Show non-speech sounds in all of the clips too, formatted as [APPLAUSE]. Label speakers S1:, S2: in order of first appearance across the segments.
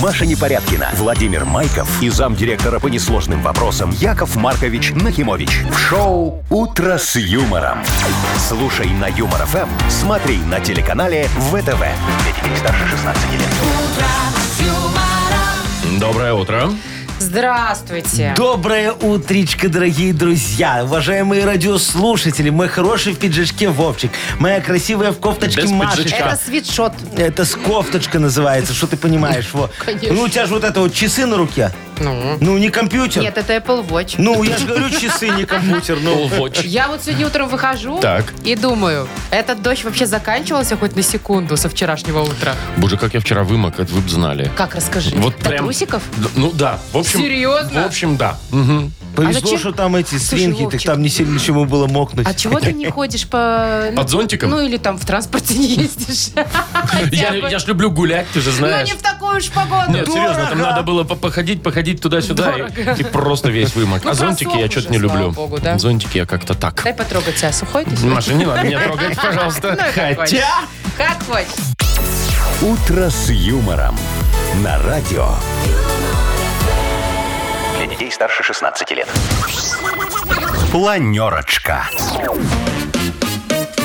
S1: Маша Непорядкина, Владимир Майков и замдиректора по несложным вопросам Яков Маркович Нахимович. В шоу «Утро с юмором». Слушай на Юмор ФМ, смотри на телеканале ВТВ. Для детей старше 16 лет.
S2: Доброе утро.
S3: Здравствуйте.
S4: Доброе утречко, дорогие друзья, уважаемые радиослушатели, мой хороший в пиджачке Вовчик, моя красивая в кофточке
S2: Без
S4: Машечка.
S2: пиджачка.
S3: Это свитшот.
S4: Это с кофточка называется, что ты понимаешь. Во.
S3: Конечно.
S4: Ну, у тебя же вот это вот часы на руке. Ну, не компьютер.
S3: Нет, это Apple Watch.
S4: Ну, я же говорю, часы, не компьютер. Ну,
S2: Watch.
S3: Я вот сегодня утром выхожу
S2: Так.
S3: и думаю, этот дождь вообще заканчивался хоть на секунду со вчерашнего утра.
S2: Боже, как я вчера вымок, это вы бы знали.
S3: Как, расскажи.
S2: Вот
S3: До
S2: прям-
S3: трусиков?
S2: Д- Ну да, в общем...
S3: Серьезно?
S2: В общем, да.
S4: повезло,
S3: А зачем?
S4: что там эти свинги, так
S3: Вовчик.
S4: там не сильно чему было мокнуть.
S3: А чего ты не
S2: [LAUGHS]
S3: ходишь по...
S2: Под зонтиком?
S3: Ну, или там в транспорте не ездишь.
S2: [LAUGHS] Я, я ж люблю гулять, ты же
S3: Ну,
S2: знаешь.
S3: не в такую уж погоду.
S2: Нет, серьезно, там надо было по- походить, походить туда-сюда, и, и просто весь вымок.
S3: Ну,
S2: а зонтики я
S3: просох
S2: что-то
S3: уже,
S2: не
S3: слава
S2: люблю.
S3: богу, да.
S2: Зонтики я как-то так.
S3: Дай потрогать тебя, сухой ты сегодня?
S2: Маша, не надо меня трогать, пожалуйста.
S3: [LAUGHS] Ну, как хочешь.
S2: Хотя...
S3: [LAUGHS] Как хочешь.
S1: «Утро с юмором» на радио. Для детей старше 16 лет. Планерочка.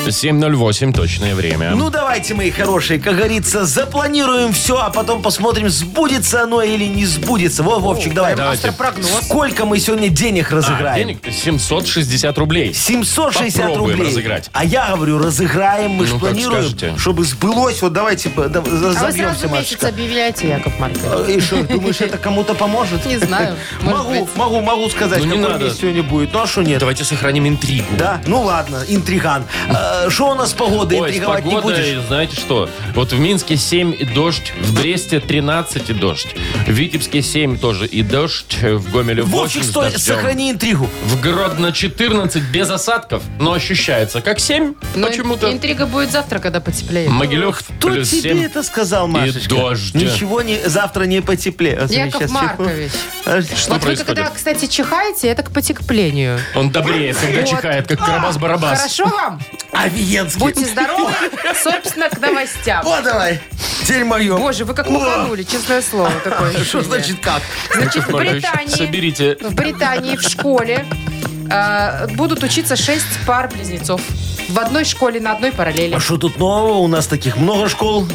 S2: 7.08 точное время.
S4: Ну, давайте, мои хорошие, как говорится, запланируем все, а потом посмотрим, сбудется оно или не сбудется. Во, Вовчик, давай.
S2: давайте.
S3: Астропрогноз.
S4: Сколько мы сегодня денег
S2: а,
S4: разыграем?
S2: денег 760 рублей.
S4: 760
S2: Попробуем
S4: рублей.
S2: разыграть.
S4: А я говорю, разыграем,
S2: Ну,
S4: мы же
S2: как скажете.
S4: планируем, чтобы сбылось. Вот давайте б- да, за-
S3: А вы
S4: забьемся,
S3: сразу месяц
S4: Машечка.
S3: объявляете, Яков Маркович.
S2: А
S4: Э, И что, думаешь, это кому-то поможет?
S3: Не
S4: [LAUGHS]
S3: знаю, может
S4: Могу,
S3: быть.
S4: могу, могу сказать,
S2: Ну, не
S4: какой
S2: надо.
S4: месяц сегодня будет. Ну, а что нет?
S2: Давайте сохраним интригу.
S4: Да? Ну ладно, интриган. Э, Что у нас с погодой?
S2: Ой, с
S4: Интриговать не
S2: погодой,
S4: будешь?
S2: знаете что? Вот в Минске 7 и дождь, в Бресте 13 и дождь, в Витебске 7 тоже и дождь, э, в Гомеле 8
S4: Вовчик,
S2: с
S4: стой,
S2: дождем.
S4: сохрани интригу.
S2: В Гродно 14 без осадков, но ощущается как 7
S3: Но
S2: почему-то.
S3: Ну, Интрига будет завтра, когда потеплеет.
S2: Могилев
S4: Кто
S2: плюс
S4: тебе
S2: 7.
S4: это сказал, Машечка?
S2: дождь.
S4: Ничего не, завтра не потеплее. Вот я
S3: Яков
S4: щас секунду.
S3: Маркович.
S4: Подожди.
S2: Что
S3: вот вы
S2: происходит?
S3: когда, кстати, чихаете, это к потеплению.
S2: Он добрее, когда
S3: Вот.
S2: чихает, как Карабас-Барабас.
S3: А, Хорошо вам?
S4: Офигенский.
S3: Будьте здоровы. Собственно, к новостям.
S4: О, давай. Теперь мое.
S3: Боже, вы как муханули, честное слово. Такое
S4: Что
S3: ощущение.
S4: значит как?
S3: Значит,
S2: Яков
S3: в
S2: Маркович,
S3: Британии,
S2: Соберите.
S3: в Британии в школе э, будут учиться шесть пар близнецов. В одной школе на одной параллели.
S4: А что тут нового? У нас таких много школ.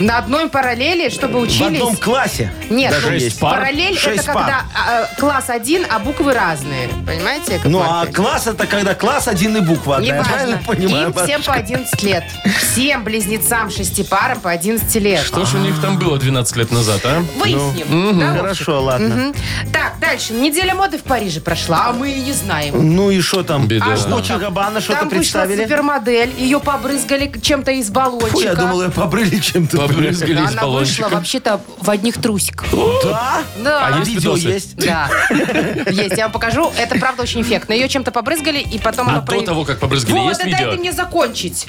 S3: На одной параллели, чтобы
S4: В одном
S3: учились...
S4: классе.
S3: Нет,
S2: Даже
S3: ну,
S2: есть пар?
S3: параллель это
S4: Шесть пар.
S3: когда а, а, класс один, а буквы разные. Понимаете? Яков
S4: Ну а
S3: Маркович?
S4: класс это когда класс один и буква одна. Я
S3: Неважно.
S4: правильно понимаю?
S3: Им всем по 11 лет. Всем близнецам шести парам по 11 лет.
S2: Что ж у них там было 12 лет назад, а?
S3: Выясним. да, Вовчик?
S4: Хорошо, ладно.
S3: Мгм. Так, дальше. Неделя моды в Париже прошла, а мы и не знаем.
S4: Ну и что там?
S2: Беда.
S4: А
S2: А
S4: что
S2: что
S3: там?
S4: Чагабана что-то
S3: Там вышла
S4: представили?
S3: супермодель, ее побрызгали чем-то из баллончика.
S4: Фу, я думал, ее побрили чем-то.
S2: Побрызгали из
S3: Она вышла
S2: баллончика.
S3: вообще-то в одних трусиках.
S4: Да?
S2: А
S3: Да.
S4: А
S2: есть
S4: видео
S2: видосы?
S4: есть?
S3: Да. Есть, я вам покажу. Это правда очень эффектно. Ее чем-то побрызгали, и потом
S2: А
S3: она...
S2: до
S3: прояв-
S2: того, как побрызгали,
S3: вот,
S2: есть
S3: да
S2: видео?
S3: дай ты мне закончить.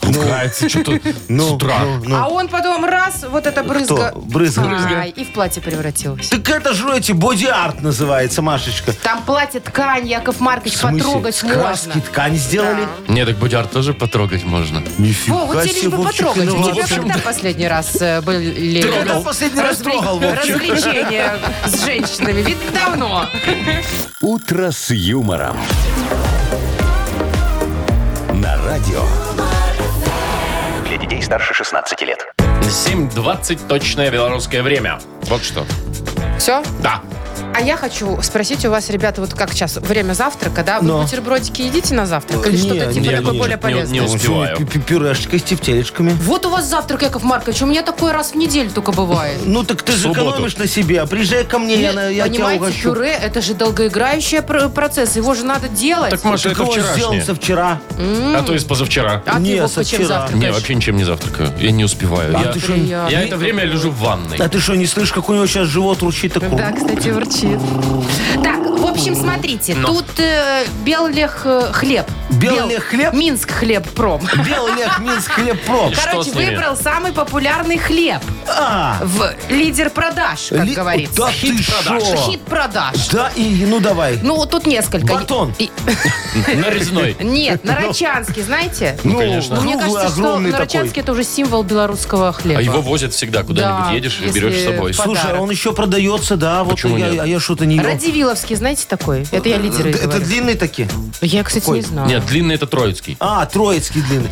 S4: Ну.
S2: Ругается
S4: [LAUGHS]
S2: что-то с утра.
S3: А он потом раз, вот это брызга.
S4: Кто? Брызга.
S2: Брызга.
S3: Ай, и в платье превратилась.
S4: Так это же эти боди-арт называется, Машечка.
S3: Там платье ткань, Яков Маркович,
S4: В смысле?
S3: потрогать
S4: С
S3: можно.
S4: краски ткань сделали?
S2: Не, так будиар тоже потрогать можно.
S3: Во,
S4: Нифига
S3: вот тебе лишь бы
S4: Вовчик,
S3: потрогать. У
S4: инновация.
S3: тебя когда последний раз э, были
S4: Ты когда в последний раз
S3: развле-
S4: трогал, Вовчик?
S3: развлечения с женщинами? Ведь давно.
S1: «Утро с юмором». На радио. Для детей старше 16 лет.
S2: 7.20 точное белорусское время. Вот что.
S3: Все?
S2: Да.
S3: А я хочу спросить у вас, ребята, вот как сейчас время завтрака, да? Вы
S4: Но.
S3: бутербродики едите на завтрак?
S4: Э,
S3: Или
S4: не,
S3: что-то типа
S4: не,
S3: такое
S2: не,
S3: более
S2: не, не
S3: полезное?
S2: успел. Успеваю.
S4: Пю- пю- Пюрешечка с тефтелечками.
S3: Вот у вас завтрак, Яков Маркович, у меня такой раз в неделю только бывает.
S4: Ну так ты же
S2: субботу.
S4: экономишь на себе, а приезжай ко мне, я, на- я тебя
S3: Ну, Понимаете,
S4: угощу.
S3: пюре это же долгоиграющий пр- процесс, его же надо делать.
S2: Так, Маша,
S4: Так
S2: это
S4: его сделал
S2: вчерашнее.
S4: со вчера.
S2: А то из позавчера.
S3: а ты,
S4: не,
S3: Вовка,
S4: со
S3: чем
S4: вчера.
S3: завтракаешь?
S2: Не, вообще ничем не завтракаю. Я не успеваю.
S4: А
S2: я
S4: ты что,
S3: Приятно.
S2: я это время лежу в ванной.
S4: а ты что, не слышишь, как у него сейчас живот урчит так?
S3: Да, кстати, урчит. Так, в общем, смотрите, тут э, белых э, хлеб
S4: Белый хлеб?
S3: Минск хлеб пром.
S4: Беллех Минск хлебпром.
S2: что
S3: Короче,
S2: с ними?
S3: выбрал самый популярный хлеб.
S4: А,
S3: В лидер продаж, как
S4: ли-
S3: говорится.
S4: Да ты
S2: Хит-продаж.
S4: шо?
S3: Хит продаж.
S4: Да, и, ну давай.
S3: Ну, вот тут несколько.
S4: Батон.
S3: И-
S2: Нарезной.
S3: [LAUGHS] Нет, Нарочанский, знаете?
S4: [LAUGHS] Ну,
S2: конечно.
S3: Мне
S4: круглый,
S3: кажется, что
S4: огромный такой.
S3: Нарочанский это уже символ белорусского хлеба.
S2: А его возят всегда. Куда-нибудь
S3: Да,
S2: едешь и
S3: если
S2: берешь с собой.
S3: по-
S4: Слушай, а
S3: подарок.
S4: он еще продается, да? Вот
S2: Почему
S4: я,
S2: нет?
S4: а я что-то не ем.
S3: Радивиловский, знаете такой? Это я лидеры
S4: Это
S3: говорю.
S4: длинные такие?
S3: Я, кстати,
S4: Ой,
S3: не знаю.
S2: Нет, длинный это Троицкий.
S4: А, троицкий длинный.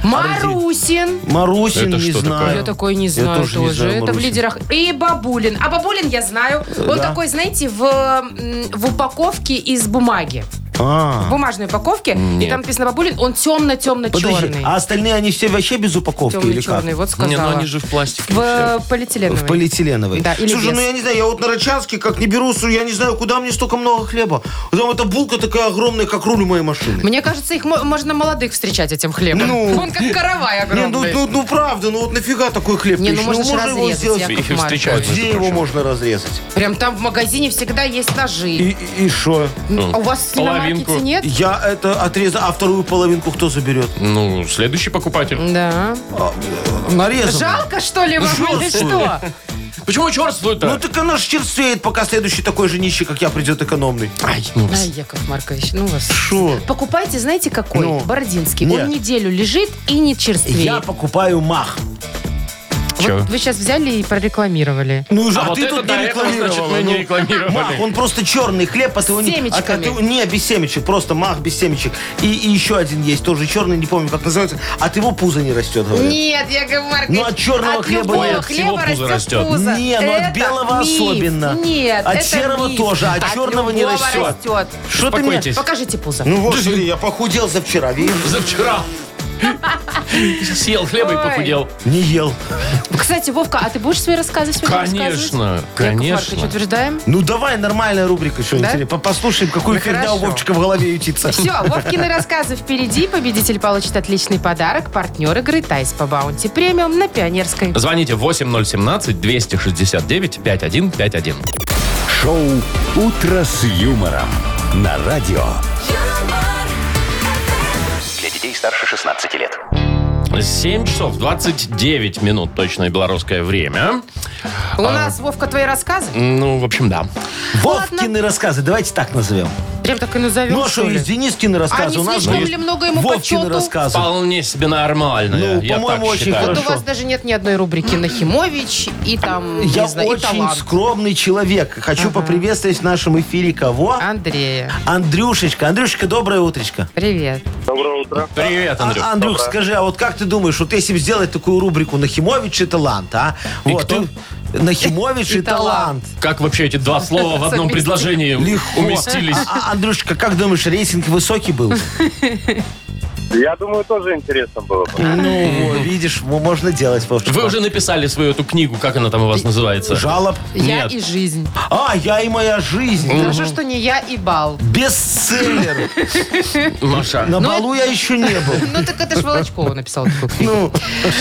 S3: Марусин.
S4: Марусин,
S2: Это
S4: не
S2: что такое?
S4: знаю.
S3: Я такой не знаю
S4: тоже
S3: тоже.
S4: не знаю,
S3: это в
S4: Марусин.
S3: лидерах. И Бабулин. А Бабулин я знаю. Он
S4: Да.
S3: такой, знаете, в, м, в упаковке из бумаги. В
S4: А.
S3: бумажной упаковке. И там написано Бабулин. Он
S4: Подожди,
S3: темно-темно-черный.
S4: а остальные они все вообще без упаковки или как?
S3: Темно-черный, вот сказала.
S2: Не, ну они же в пластике.
S3: В
S2: все.
S3: полиэтиленовый.
S4: В полиэтиленовой.
S3: Да, или
S4: Слушай,
S3: без.
S4: ну я не знаю, я вот на Рачанске как не беру, су- я не знаю, куда мне столько много хлеба. Там эта булка такая огромная, как руль у моей машины.
S3: Мне кажется, их мо- можно молодых встречать этим хлебом.
S4: Ну.
S3: [LAUGHS] Он как каравай
S4: Не, ну,
S3: огромный.
S4: ну, ну, правда, ну вот нафига такой хлеб?
S3: Не, ну,
S4: печь?
S3: можно же
S4: можно его
S3: разрезать,
S4: сделать.
S3: Яков
S2: Их
S3: Маркович.
S2: встречают. между
S4: Где его
S2: прочим.
S4: можно разрезать?
S3: Прям там в магазине всегда есть ножи.
S4: И что?
S3: А у вас в
S2: половинку.
S3: киномаркете нет?
S4: Я это отрезал, а вторую половинку кто заберет?
S2: Ну, следующий покупатель.
S3: Да.
S4: Нарезал.
S3: Жалко, что ли, вам или что?
S2: Почему черствует-то?
S4: Ну так она ж черствеет, пока следующий такой же нищий, как я, придет экономный.
S2: Ай, ну,
S3: Ай, А, Яков Маркович, ну вас.
S4: Шо?
S3: Покупайте, знаете, какой?
S4: Ну.
S3: Бородинский.
S4: Нет.
S3: Он неделю лежит и не черствеет.
S4: Я покупаю мах.
S2: чё?
S3: Вы сейчас взяли и прорекламировали.
S4: Ну,
S2: А вот это да, это значит, мы не рекламировали.
S4: Мах, он просто черный хлеб, а ты его не...
S3: семечками.
S4: а ты его- не, без семечек, просто мах без семечек. И, и еще один есть, тоже черный, не помню, как называется. От его пузо не растет, говорят.
S3: Нет, Яков Маркович.
S4: Ну, от черного хлеба
S3: любого
S4: нет.
S2: Всего
S3: хлеба
S2: пузо
S3: растет
S2: растет.
S3: пузо.
S4: Не, ну от
S3: Это
S4: белого
S3: миф.
S4: особенно.
S3: Нет,
S4: От
S3: это
S4: серого
S3: миф.
S4: тоже, от черного не
S3: любого
S4: растет.
S3: растет.
S4: Что ты мне...
S2: Успокойтесь.
S3: Покажите пузо.
S4: Ну вот, смотри, я похудел за вчера, видишь?
S3: [LAUGHS]
S2: Завчера. Съел хлеба и
S3: Ой.
S2: похудел.
S4: Не ел.
S3: Кстати, Вовка, а ты будешь свои рассказы сегодня рассказывать?
S2: Конечно,
S3: Яков Маркович,
S2: конечно.
S3: утверждаем?
S4: Ну давай, нормальная рубрика, что
S3: Да?
S4: интересно. По- Послушаем, какую
S3: Ну,
S4: фигня у
S3: хорошо.
S4: Вовчика в голове
S3: [LAUGHS]
S4: ютится.
S3: Все, Вовкины рассказы впереди. Победитель получит отличный подарок. Партнер игры «Тайс по баунти премиум» на Пионерской.
S2: Звоните 8017-269-5151.
S1: Шоу «Утро с юмором» на радио.
S5: юмор,
S6: Для детей старше 16 лет.
S2: 7 часов 29 минут точное белорусское время.
S3: У нас, Вовка, твои рассказы?
S2: Ну, в общем, да.
S4: Вовкины рассказы, давайте так назовем.
S3: Прям так и назовем,
S4: Ну а
S3: что
S4: что,
S3: ли?
S4: из Денискины рассказы
S3: А
S4: у
S3: не
S4: нас...
S3: слишком
S4: же
S3: ли
S4: есть
S3: много ему
S4: Вовкины
S3: почету?
S4: рассказы.
S2: Вполне себе нормально.
S4: Ну,
S2: я
S4: по-моему,
S2: так
S4: очень
S2: считаю.
S3: Вот у
S4: хорошо.
S3: вас даже нет ни одной рубрики «Нахимович» и там,
S4: Я
S3: не знаю, и
S4: очень
S3: «Талант».
S4: скромный человек. Хочу поприветствовать в нашем эфире кого?
S3: А? Андрея,
S4: Андрюшечка. Андрюшечка, доброе утречко.
S3: привет.
S2: Привет, Андрюх.
S4: А, Андрюх, скажи, а вот как ты думаешь, вот если бы сделать такую рубрику «Нахимович и талант», а?
S2: И
S4: вот,
S2: кто?
S4: он- Нахимович
S3: [LAUGHS]
S4: и,
S3: И
S4: талант.
S3: талант.
S2: Как вообще эти два слова в одном предложении
S4: а, Легко.
S2: уместились?
S4: А, а, Андрюшка, как думаешь, рейтинг высокий был?
S7: [LAUGHS] Я думаю, тоже интересно было бы.
S3: [LAUGHS]
S4: Ну, вот, видишь, мо- можно делать. Вовчик.
S2: Вы уже написали свою эту книгу, как она там у вас называется?
S4: Жалоб.
S3: Я
S2: Нет.
S3: и жизнь.
S4: А, я и моя жизнь.
S3: Хорошо, что не я и бал.
S4: Бестселлер.
S2: Маша.
S4: На
S3: Ну,
S4: балу я еще не
S3: [LAUGHS]
S4: был.
S3: Ну так это ж Волочкова написала такую книгу.
S4: Ну,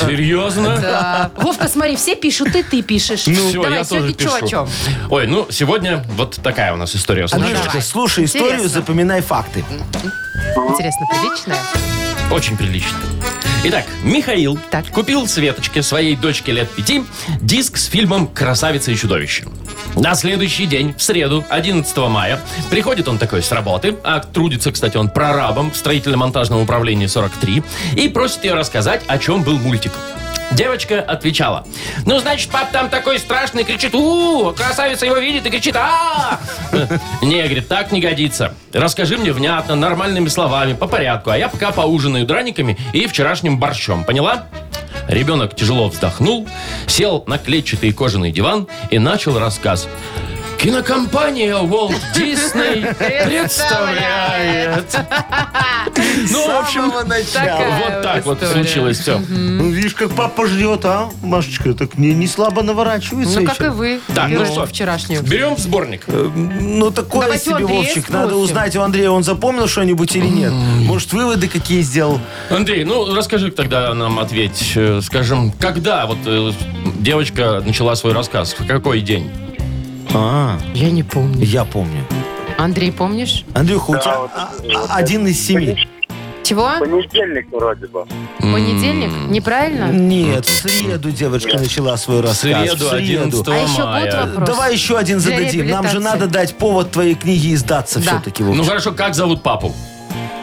S2: Серьезно?
S3: Да. Вовка, смотри, все пишут, и ты пишешь.
S2: Всё,
S3: Давай,
S2: Ну, я тоже
S3: сегодня
S2: пишу.
S3: чё о чем?
S2: Ой, ну, сегодня вот такая у нас история. сложилась.
S4: Андрюшка,
S3: Ну давай.
S4: слушай историю,
S3: Интересно.
S4: запоминай факты.
S3: Интересно, приличная?
S2: Очень прилично. Итак, Михаил
S3: Так.
S2: купил Светочке, своей дочке лет пяти, диск с фильмом «Красавица и чудовище». На следующий день, в среду, 11 мая, приходит он такой с работы, а трудится, кстати, он прорабом в строительно-монтажном управлении 43, и просит ее рассказать, о чем был мультик. Девочка отвечала. Ну, значит, пап там такой страшный, кричит, у красавица его видит и кричит, а [LAUGHS] Не, говорит, так не годится. Расскажи мне внятно, нормальными словами, по порядку, а я пока поужинаю драниками и вчерашним борщом, поняла? Ребенок тяжело вздохнул, сел на клетчатый кожаный диван и начал рассказ. Кинокомпания Walt Disney представляет. Ну, в общем,
S3: Такая
S2: вот так э, вот
S3: история.
S2: случилось все.
S4: Ну, видишь, как папа ждет, а, Машечка? Так не, не слабо наворачивается
S3: Ну,
S4: еще.
S3: как и вы,
S2: Так, ну
S3: Верочка,
S2: что?
S3: вчерашнюю.
S2: Берем сборник.
S4: Ну, такое
S3: Давайте у
S4: себе,
S3: Андрея
S4: Вовчик.
S3: спросим.
S4: Надо узнать у Андрея, он запомнил что-нибудь или нет. Может, выводы какие сделал?
S2: Андрей, ну расскажи тогда нам ответь. э, Скажем, когда вот э, девочка начала свой рассказ? В какой день?
S4: А,
S3: Я не помню.
S4: я помню.
S3: Андрей, помнишь?
S4: Андрюха, у тебя а- а- один из семи.
S3: Чего?
S7: Понедельник вроде бы.
S3: Понедельник? Неправильно?
S4: Нет, в среду девочка начала свой
S2: В
S4: рассказ.
S2: среду, 11
S3: А еще
S2: мая.
S3: будут вопросы?
S4: Давай еще один
S3: Для
S4: зададим. Нам же
S3: реабилитации.
S4: надо дать повод твоей книге издаться
S3: Да.
S4: все-таки.
S2: Ну хорошо, как зовут папу?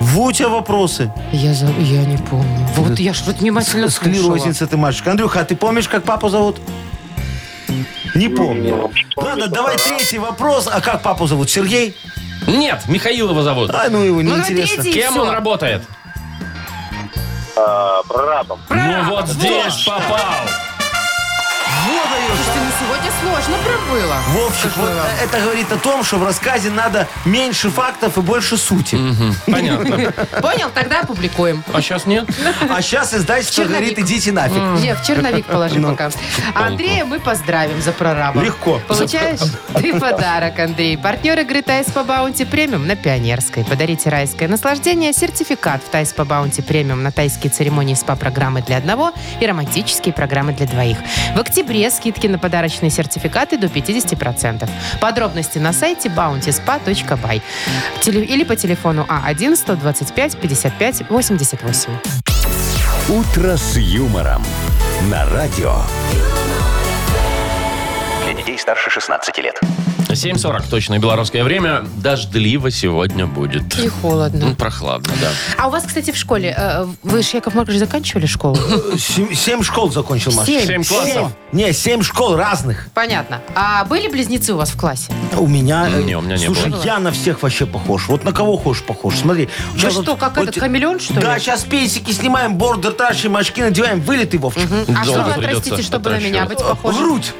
S4: Ву, у тебя вопросы.
S3: Я, за... я не помню. Вот я ж вот внимательно слушала.
S4: Склерозница ты, мальчик. Андрюха, а ты помнишь, как папу зовут? Не помню. Ладно, давай третий вопрос. А как папу зовут? Сергей?
S2: Нет, Михаил его зовут.
S4: А, ну его
S3: Ну, на
S4: неинтересно.
S3: третий и
S2: Кем
S3: всё.
S2: он работает?
S7: А, прорабом.
S2: Ну вот здесь попал.
S4: Вот даешь.
S3: Слушайте, ну сегодня сложно прям было.
S4: Вовчик, вот это говорит о том, что в рассказе надо меньше фактов и больше сути.
S2: Понятно.
S3: Понял? Тогда опубликуем.
S2: А сейчас нет?
S4: А сейчас издательство
S3: Черновик.
S4: говорит, идите нафиг.
S3: Нет, в черновик положи пока. А Андрея мы поздравим за прораба.
S4: Легко.
S3: Получаешь ты подарок, Андрей. Партнер игры «Тайс по баунти премиум» на Пионерской. Подарите райское наслаждение, сертификат в «Тайс по баунти премиум» на тайские церемонии СПА-программы для одного и романтические программы для двоих. В октябре скидки на подарочные сертификаты до 50%. Подробности на сайте bountyspa.by Теле- или по телефону А А1 125 55 88.
S1: «Утро с юмором» на радио.
S6: Для детей старше 16 лет.
S2: 7.40 точно белорусское время. Дождливо сегодня будет.
S3: И холодно.
S2: Ну, прохладно, да.
S3: А у вас, кстати, в школе, э, вы же, Яков Маркович, заканчивали школу?
S4: Семь, семь школ закончил, Маша.
S3: Семь.
S2: Семь классов.
S4: Не, семь школ разных.
S3: [LAUGHS] Понятно. А были близнецы у вас в классе?
S4: У меня... э,
S2: Не, у меня не
S4: слушай,
S2: было.
S4: я на всех вообще похож. Вот на кого хочешь похож. Смотри.
S3: Вы Ну что, как этот хамелеон, что
S4: Да,
S3: ли?
S4: сейчас песики снимаем, бордер тащим, очки надеваем, вылитый, Вовчик.
S3: А что вы
S2: Долго
S3: отрастите,
S2: придется
S3: чтобы на меня быть
S2: отращивать.
S4: В
S3: похожим?
S4: грудь.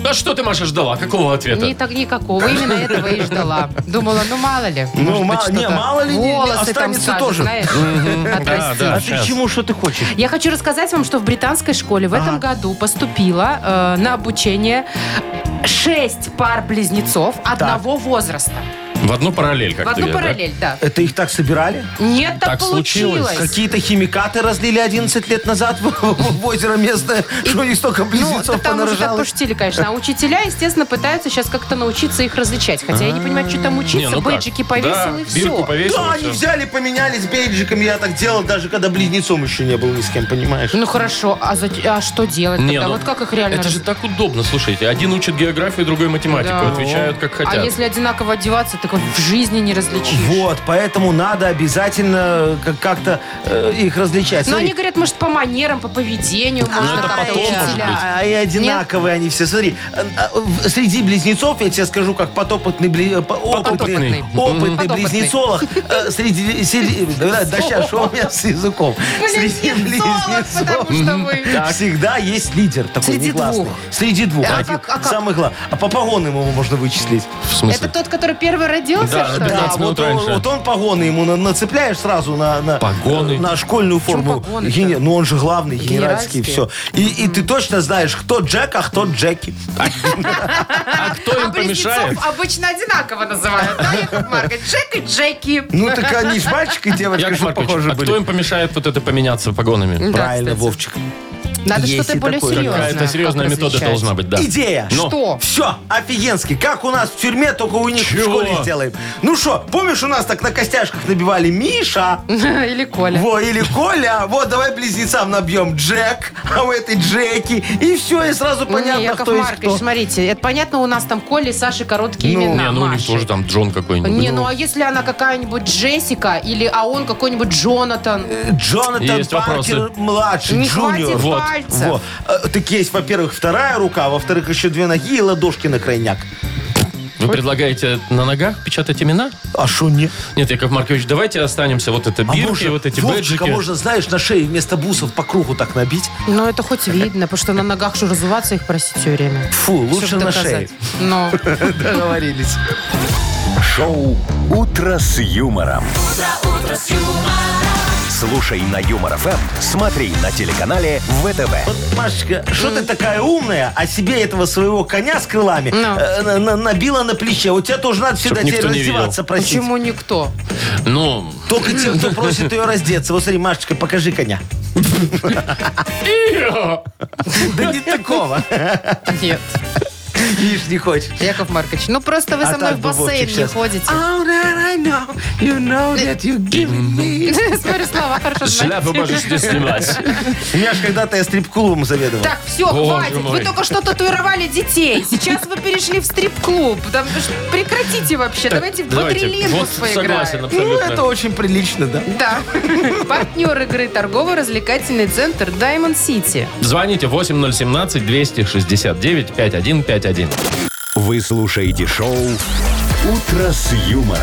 S2: Да А что ты, Маша, ждала? Какого ответа?
S3: Не так никакого. Именно этого и ждала. Думала, ну мало ли.
S4: Ну,
S3: может быть,
S4: мало- не,
S3: что-то.
S4: мало ли, не-
S3: Волосы там
S4: останется
S3: скажут,
S4: тоже.
S3: знаешь, отрастить.
S2: да.
S4: А ты
S2: Сейчас.
S4: к чему, что ты хочешь?
S3: Я хочу рассказать вам, что в британской школе в этом году поступило э, на обучение шесть пар близнецов одного возраста.
S2: В одну параллель, как
S3: В
S2: ты
S3: одну
S2: говоришь, да?
S3: параллель, да.
S4: Это их так собирали?
S3: Нет, так,
S2: Так случилось.
S3: получилось.
S4: Какие-то химикаты разлили 11 лет назад [LAUGHS] в, в озеро местное, что у них столько
S3: Ну, там уже
S4: близнецов
S3: так
S4: понарожало.
S3: пошутили, конечно. А учителя, естественно, пытаются сейчас как-то научиться их различать. Хотя я не понимаю, что там
S2: Не,
S3: учиться.
S2: ну как?
S3: Бейджики повесил
S2: Да,
S3: и все.
S2: бирку повесил.
S4: Да,
S2: и
S4: они
S2: всё.
S4: взяли, поменялись бейджиком. Я так делал, даже когда близнецом еще не был ни с кем, понимаешь?
S3: Ну хорошо, а, за- а что делать
S2: Не,
S3: тогда?
S2: ну,
S3: вот как их реально...
S2: Это
S3: раз-
S2: же так удобно, слушайте. Один учит географию, другой математику.
S3: Да.
S2: Отвечают как хотят.
S3: А если одинаково одеваться, так вот в жизни не различишь.
S4: Вот, поэтому надо обязательно как- как-то э, их различать.
S3: Но Ну,
S4: Смотри,
S3: они говорят, может, по манерам, по поведению, можно
S2: Ну, это
S3: как-то
S2: потом,
S3: учителя.
S2: может быть.
S4: А, и одинаковые они все. Смотри, э, э, в- среди близнецов, я тебе скажу, как подопытный, бли- э, по-
S2: Подопытный.
S4: опытный, опытный
S3: Подопытный.
S4: близнецолог, э, среди... сери- Да да сейчас, что у меня с языком?
S3: Ну,
S4: Среди
S3: Близнецолог,
S4: близнецов
S3: потому что вы...
S4: всегда есть лидер такой
S3: Среди
S4: негласный.
S3: двух.
S4: Среди двух.
S3: А
S4: Один.
S3: как- а как?
S4: Самый главный. А по погонам его можно вычислить.
S2: В смысле?
S3: Это тот, который первый родился,
S2: Да,
S3: что
S2: да.
S3: ли?
S2: 15 минут
S4: вот, он,
S2: раньше.
S4: вот он погоны ему на- нацепляешь сразу на, на,
S2: Погоны?
S4: на школьную форму.
S3: погоны-то?
S4: Гене- Ну он же главный, генеральский,
S3: Генеральский.
S4: все. И, и ты точно знаешь, кто Джек, а кто Джеки.
S2: А кто
S3: А
S2: им помешает?
S3: близнецов обычно одинаково называют, да, Яков Маркович? Джек и Джеки.
S4: Ну так они ж мальчик и девочка,
S2: Яков
S4: что
S2: Маркович,
S4: похожи
S2: а кто
S4: были.
S2: им помешает вот это поменяться погонами?
S3: Да,
S4: Правильно,
S3: кстати.
S4: Вовчик.
S3: Надо
S4: Есть
S3: что-то
S4: и
S3: более
S4: такое.
S3: серьезное.
S2: Какая-то
S3: как
S2: серьезная метода
S3: различать.
S2: должна быть, да.
S4: Идея.
S2: Ну.
S3: Что?
S4: Все, офигенски. Как у нас в тюрьме, только у них
S2: Чего?
S4: в школе сделаем. Ну что, помнишь, у нас так на костяшках набивали Миша,
S3: [LAUGHS] Или Коля.
S4: во, или Коля, вот давай близнецам набьем Джек, а у этой Джеки. И все, и сразу понятно,
S3: Ну, Не, Яков
S4: кто есть
S3: Маркович,
S4: кто.
S3: смотрите, это понятно, у нас там Коля и Саши короткие
S4: Ну,
S3: имена,
S2: Не, ну у них
S3: Маши.
S2: тоже там Джон какой-нибудь.
S3: Не, ну а если она какая-нибудь Джессика, или а он какой-нибудь Джонатан?
S4: Э, Джонатан
S2: Есть
S4: Паркер
S2: вопросы.
S4: младший,
S3: Не
S4: джуниор.
S3: хватит
S2: Вот,
S3: пальцев.
S4: Во. Э, Так есть, во-первых, вторая рука, а во-вторых, еще две ноги и ладошки на крайняк.
S2: Вы предлагаете на ногах печатать имена?
S4: А что не?
S2: Нет, Яков Маркович, давайте останемся. Вот это
S4: А
S2: бирки, вот эти
S4: Вовчик,
S2: бэджики.
S4: а можно, знаешь, на шее вместо бусов по кругу так набить?
S3: Ну, это хоть видно, потому что на ногах же разуваться их, простите, все время.
S4: Фу, лучше
S3: Чтоб
S4: на шее.
S3: доказать.
S4: [LAUGHS]
S3: Ну,
S4: Договорились.
S1: Шоу «Утро с юмором». Слушай на Юмор ФМ, смотри на телеканале ВТВ.
S4: Вот, Машечка, что ты такая умная, а себе этого своего коня с крылами
S3: Ну.
S4: э, на- на- набила на плече. У тебя тоже надо всегда тебе
S2: никто не видел.
S4: раздеваться просить.
S3: почему никто?
S2: Ну,
S4: Только те, кто просит ее раздеться. Вот смотри, Машечка,
S2: [LAUGHS]
S4: покажи коня. Да не такого.
S3: Нет.
S4: Видишь, не хочешь.
S3: Яков Маркович, ну просто вы
S4: А
S3: со мной
S4: так
S3: в
S4: бы, Вовчик,
S3: бассейн не
S4: щас.
S3: ходите. [LAUGHS]
S4: Ау, ра, ра, I know, you know that you giving me.
S3: Смотри, слова хорошо
S2: Шляпу
S3: знаете.
S2: можете снимать.
S4: У меня же когда-то я стрип-клубом заведовал.
S3: Так, все,
S2: Боже
S3: хватит.
S2: мой.
S3: Вы только что татуировали детей. Сейчас вы перешли в стрип-клуб. Да вы ж Прекратите вообще. Давайте в бодрелингу
S2: вот согласен
S3: поиграем.
S4: ну,
S2: абсолютно.
S4: это очень прилично, да.
S3: Да. [LAUGHS] Партнер игры торгово-развлекательный центр Diamond City.
S2: Звоните 8017-269-5151.
S1: Вы слушаете шоу «Утро с юмором»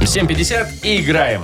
S2: 7.50 и играем.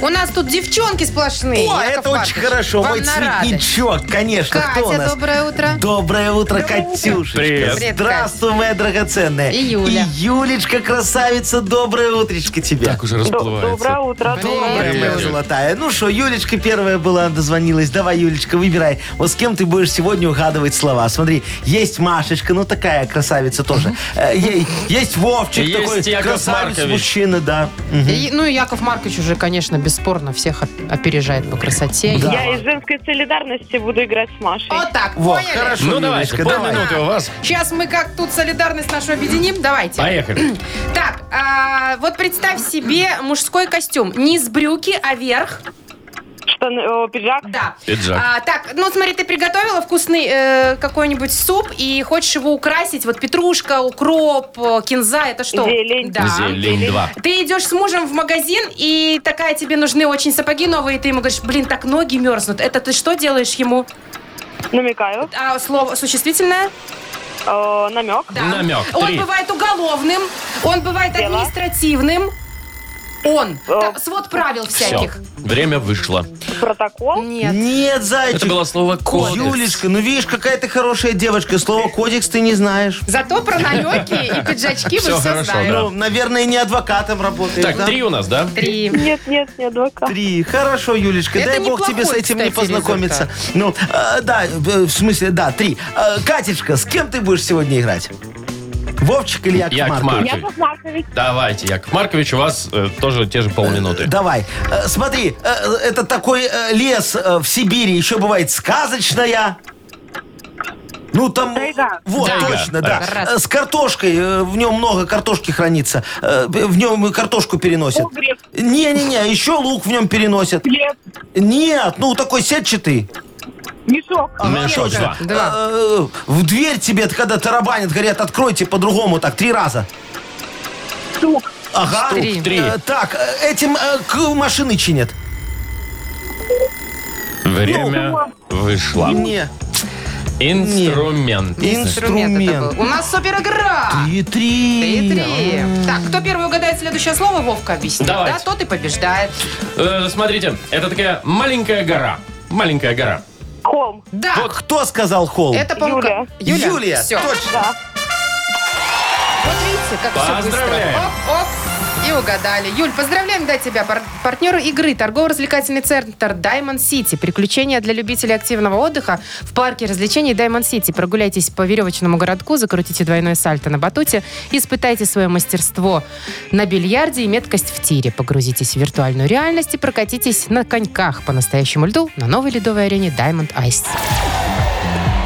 S3: У нас тут девчонки сплошные.
S4: О,
S3: Яков
S4: это
S3: Маркович,
S4: очень хорошо.
S3: вам
S4: Мой
S3: на радость.
S4: цветничок, конечно.
S3: Катя,
S4: Кто у нас?
S3: доброе утро.
S4: Доброе утро, Катюшечка.
S2: Привет.
S3: Привет,
S4: Здравствуй, моя драгоценная.
S3: И Юля.
S4: Юлечка, красавица, доброе утречко тебе.
S2: Так уже расплывается.
S5: Доброе утро.
S3: Привет.
S4: Моя
S2: Юль.
S4: золотая. Ну что, Юлечка первая была, дозвонилась. Давай, Юлечка, выбирай. Вот с кем ты будешь сегодня угадывать слова. Смотри, есть Машечка, ну такая красавица тоже. Э, е- Есть Вовчик
S2: Есть
S4: такой,
S2: Яков
S4: красавец
S2: Маркович.
S4: мужчина, да.
S3: И, ну, и Яков Маркович уже, конечно, бесспорно всех оп- опережает по красоте.
S4: Да.
S5: Я из женской солидарности буду играть с Машей.
S3: Вот так,
S4: Вот,
S3: поняли?
S4: хорошо,
S2: Ну давайте,
S4: Юлечка, давай.
S2: полминуты у вас.
S3: Сейчас мы как тут солидарность нашу объединим. Давайте.
S2: Поехали.
S3: Так, а, вот представь себе мужской костюм. Не с брюки, а верх.
S5: Штаны, э, пиджак.
S3: Да.
S2: Пиджак.
S3: А, так, ну смотри, ты приготовила вкусный э, какой-нибудь суп и хочешь его украсить. Вот петрушка, укроп, э, кинза, это что?
S5: Зелень.
S3: Да.
S2: Зелень 2.
S3: Ты идешь с мужем в магазин, и такая тебе нужны очень сапоги новые, и ты ему говоришь, блин, так ноги мерзнут. Это ты что делаешь ему?
S5: Намекаю.
S3: А, слово существительное?
S5: Э, намек.
S2: Намек.
S3: Он
S2: Три.
S3: бывает уголовным, он бывает
S5: Дело.
S3: административным. Он.
S5: Э,
S3: Та- свод правил
S2: Все.
S3: всяких.
S2: Время вышло.
S5: Протокол.
S3: Нет.
S4: Нет, зайчик.
S2: Это было слово кодекс.
S4: Юлечка, ну видишь, какая ты хорошая девочка. Слово кодекс ты не знаешь.
S2: [LAUGHS]
S3: Зато про намеки и пиджачки
S2: Всё
S3: вы все
S2: хорошо,
S4: Ну,
S3: знаете.
S4: наверное, не адвокатом работаешь.
S2: Так,
S4: да?
S2: три у нас, да?
S3: Три.
S5: Нет, нет, не адвокат.
S4: Три. Хорошо, Юлечка,
S3: Это
S4: дай бог
S3: неплохой,
S4: тебе с этим не
S3: кстати,
S4: познакомиться. Ну, э, да, э, в смысле, да, три. Э, Катечка, с кем ты будешь сегодня играть? Вовчик или Яков,
S2: Яков
S4: Маркович?
S2: Маркович.
S5: Яков Маркович.
S2: Давайте, Яков Маркович, у вас э, тоже те же полминуты.
S4: Давай. Э, Смотри, э, это такой э, лес э, в Сибири, еще бывает сказочная. Ну, там...
S5: Тайга.
S4: Вот,
S2: Тайга.
S4: точно, да.
S3: Раз.
S4: Э, С картошкой. э, В нем много картошки хранится. Э, В нем картошку переносят.
S5: Угрев.
S4: Не-не-не, еще лук в нем переносят.
S5: Хлеб.
S4: Нет, ну такой сетчатый.
S5: Мешок.
S2: Мешок два.
S3: Два.
S4: Э, В дверь тебе, когда тарабанят, говорят, откройте по-другому так, три раза.
S5: Стук.
S4: Ага.
S3: Три.
S2: Три.
S4: Э, Так, э, этим э, к- машины чинят.
S3: Ну,
S2: Время вышло.
S4: Не.
S2: Инструмент.
S3: Инструмент это был. У нас супер игра.
S4: И
S3: Три.
S4: три.
S3: Три. Так, кто первый угадает следующее слово, Вовка объяснит.
S2: Давайте.
S3: Да, тот и побеждает.
S2: Э, смотрите, это такая маленькая гора. Маленькая гора.
S5: Холм.
S3: Да.
S4: Вот А кто сказал холм?
S3: Это, по-моему,
S5: Юля.
S3: как- Юля.
S4: Юлия,
S3: Все.
S4: точно.
S5: Да.
S3: Вот видите, как все быстро.
S2: Поздравляем.
S3: Оп, оп. И угадали. Юль, поздравляем да, тебя, пар- партнеру игры, торгово-развлекательный центр Diamond City. Приключения для любителей активного отдыха в парке развлечений Diamond City. Прогуляйтесь по веревочному городку, закрутите двойное сальто на батуте, испытайте свое мастерство на бильярде и меткость в тире. Погрузитесь в виртуальную реальность и прокатитесь на коньках по настоящему льду на новой ледовой арене Diamond Ice.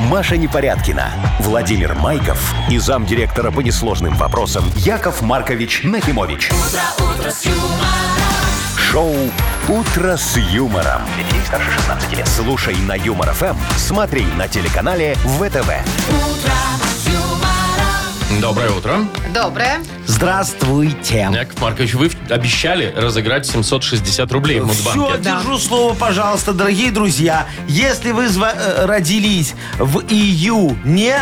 S1: Маша Непорядкина, Владимир Майков и замдиректора по несложным вопросам Яков Маркович Нахимович. Шоу Утро с юмором.
S6: Для детей старше 16 лет.
S1: Слушай на юмор ФМ, смотри на телеканале ВТВ.
S2: Доброе утро.
S3: Доброе.
S4: Здравствуйте.
S2: Яков Маркович, вы обещали разыграть 760 рублей в
S4: Все,
S2: Мудбанке.
S4: держу слово, пожалуйста, дорогие друзья. Если вы зва- э, родились в июне,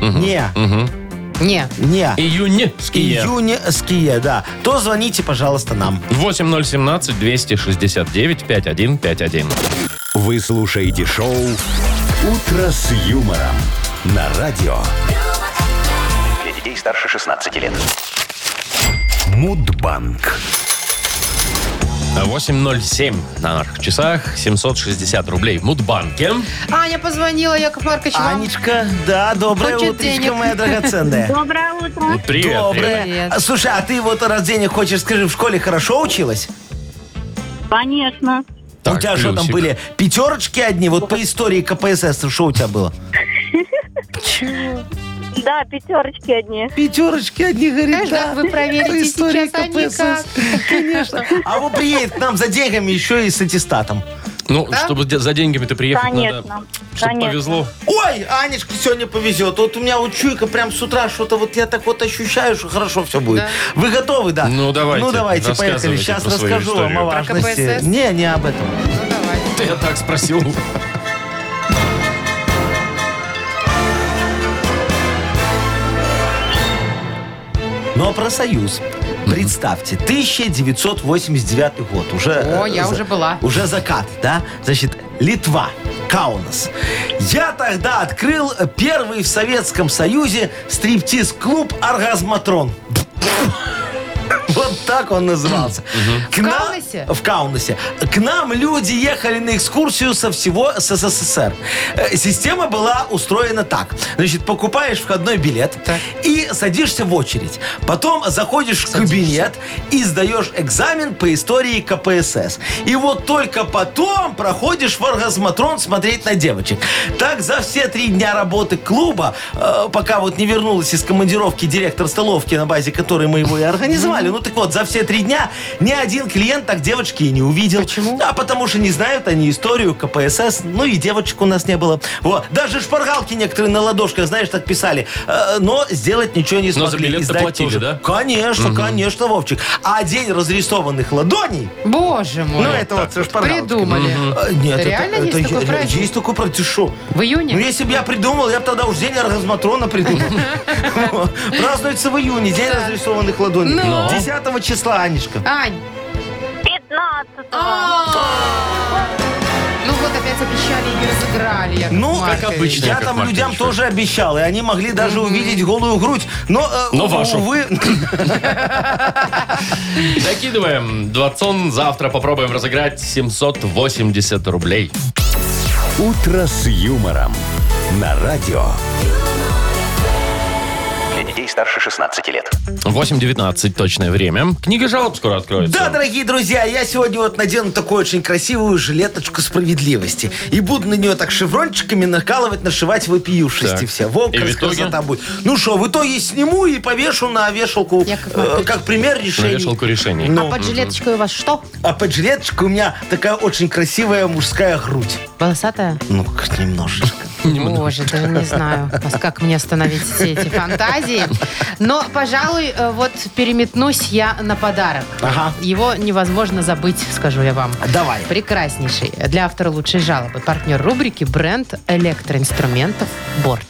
S4: не,
S3: Не.
S4: не,
S2: Июнь.
S4: июньские, да, то звоните, пожалуйста, нам.
S2: 8017-269-5151.
S1: Вы слушаете шоу Утро с юмором на радио
S6: Для детей старше 16 лет.
S1: Мудбанк.
S2: 8.07 на наших часах. 760 рублей в
S5: А,
S2: Мудбанке. Ну,
S3: Аня позвонила, Яков Маркович, вам.
S4: Анечка, да, доброе
S3: Хочет денег.
S4: утречко, моя драгоценная.
S5: Доброе утро.
S2: Привет, привет.
S3: [LAUGHS]
S4: Доброе.
S3: Привет.
S4: А, Слушай, а ты вот раз денег хочешь, скажи, в школе хорошо училась?
S5: Конечно.
S2: Так,
S4: у тебя что там
S2: плюсик.
S4: были? Пятерочки одни? Вот по истории КПСС, что у тебя было?
S3: Чего?
S5: Да, пятерочки
S4: Ну
S5: одни.
S4: Пятерочки одни
S3: Как
S4: говорит, да.
S3: вы проверите
S4: история
S3: сейчас, а никак.
S4: Конечно. [LAUGHS] А вот приедет к нам за деньгами еще и с аттестатом.
S2: Ну, чтобы де- за деньгами-то приехать надо,
S5: Конечно.
S2: чтобы
S5: Конечно.
S2: повезло. [LAUGHS]
S4: Ой, Анечка сегодня повезет. Вот у меня вот чуйка прям с утра что-то вот я так вот ощущаю, что хорошо все будет.
S3: Да.
S4: Вы готовы, да?
S2: Ну, давайте,
S4: Ну давайте, поехали.
S2: рассказывайте
S4: Сейчас
S2: про свою
S4: расскажу вам
S2: историю.
S4: о
S2: Про
S4: важности.
S3: КПСС?
S4: Не, не об этом.
S3: Ну, давай.
S2: Ты я так спросил.
S4: Но Ну, а про союз. Представьте, 1989 год. Уже,
S3: О,
S4: э,
S3: я
S4: за-
S3: уже была.
S4: Уже закат, да? Значит, Литва, Каунас. Я тогда открыл первый в Советском Союзе стриптиз-клуб «Оргазматрон». [LAUGHS] Вот так он назывался. К
S3: В
S4: нам-
S3: Каунасе?
S4: В Каунасе. К нам люди ехали на экскурсию со всего СССР. Э, Система была устроена так. Значит, покупаешь входной билет и садишься в очередь. Потом заходишь в кабинет и сдаешь экзамен по истории КПСС. И вот только потом проходишь в оргазматрон смотреть на девочек. Так за все три дня работы клуба, э, пока вот не вернулась из командировки директор столовки, на базе которой мы его и организовали, ну так вот, за все три дня ни один клиент так девочки и не увидел. Почему? А потому что не знают они историю КПСС, ну и девочек у нас не было. Вот. Даже шпаргалки некоторые на ладошках, знаешь, так писали. Э, Но сделать ничего не
S2: Но за
S4: смогли.
S2: билет
S4: и сдать
S2: доплатили,
S4: тоже.
S2: да?
S4: Конечно, конечно, Вовчик. А день разрисованных ладоней,
S3: Боже мой.
S4: ну это вот шпаргалки.
S3: Придумали.
S4: Э, Нет,
S3: Реально
S4: это,
S3: есть
S4: это
S3: такой
S4: е-
S3: праздник?
S4: Есть такой праздник. Ты шо?
S3: В
S4: Ну,
S3: июне?
S4: если бы я придумал, я бы тогда уж день оргазматрона придумал. Празднуется в июне, день разрисованных ладоней.
S3: Ну.
S4: 10 числа, Анечка.
S3: Ань.
S5: Пятнадцатого.
S3: А. Ну вот опять обещали и не разыграли. Яков
S4: Ну,
S3: Маркович.
S2: как обычно.
S4: Я
S2: Яков
S4: там
S2: Маркович,
S4: людям
S2: что?
S4: тоже обещал, и они могли даже увидеть голую грудь. Но, э,
S2: Но вашу. [COUGHS]
S4: увы,
S2: Докидываем. Двадцон. Завтра попробуем разыграть 780 рублей.
S1: «Утро с юмором» на радио.
S6: Для детей старше 16 лет.
S2: 8.19 точное время. Книга жалоб скоро откроется.
S4: Да, дорогие друзья, я сегодня вот надену такую очень красивую жилеточку справедливости. И буду на нее так шеврончиками накалывать, нашивать вопиюшести
S2: Так.
S4: все. Во,
S2: И в
S4: крас-
S2: итоге?
S4: красота будет. Ну что, в итоге сниму и повешу на вешалку,
S3: Яков
S4: э,
S3: Маркович.
S4: как пример Ну.
S2: На
S4: решения.
S2: вешалку решений.
S3: А под жилеточкой у вас что?
S4: А под жилеточкой у меня такая очень красивая мужская грудь.
S3: Волосатая?
S4: Ну, как немножечко.
S3: Боже, даже не
S4: [LAUGHS]
S3: знаю, как мне остановить все эти фантазии. Но, пожалуй, э, вот переметнусь я на подарок.
S4: Ага.
S3: Его невозможно забыть, скажу я вам.
S4: Давай.
S3: Прекраснейший. Для автора лучшей жалобы. Партнер рубрики бренд электроинструментов «Борт».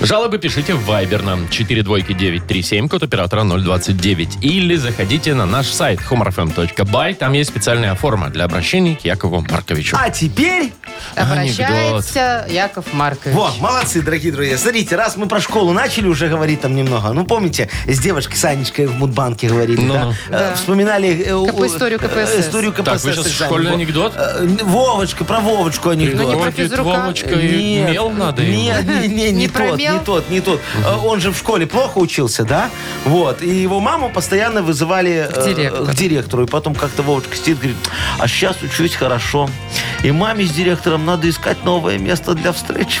S2: Жалобы пишите в Viber нам 42937, код оператора 029. Или заходите на наш сайт humorfm.by. Там есть специальная форма для обращений к Якову Марковичу.
S4: А теперь...
S3: Обращается Яков Маркович.
S4: Вот, молодцы, дорогие друзья. Смотрите, раз мы про школу начали уже говорить там немного. Ну, помните, с девочкой Санечкой в Мудбанке говорили,
S2: Ну,
S4: да?
S2: ну.
S4: Э, Вспоминали... э, у-
S3: Кап- историю КПСС.
S4: э, Историю КПСС.
S2: Так, вы сейчас
S4: экзамен.
S2: школьный
S4: Во-
S2: анекдот?
S4: э, Вовочка, про Вовочку
S3: Ну, не
S4: анекдот.
S3: про
S2: Приходит
S3: физрука.
S2: Вовочка и
S4: Нет,
S2: мел надо ему.
S4: Нет, не, не,
S3: Не
S4: не
S3: про
S4: тот,
S3: мел?
S4: не тот, не тот. Э, Он же в школе плохо учился, да? Вот. И его маму постоянно вызывали
S3: К директору.
S4: э, к директору. И потом как-то Вовочка сидит, говорит, а сейчас учусь хорошо. И маме с директором надо искать новое место
S2: [LAUGHS]
S4: для встреч.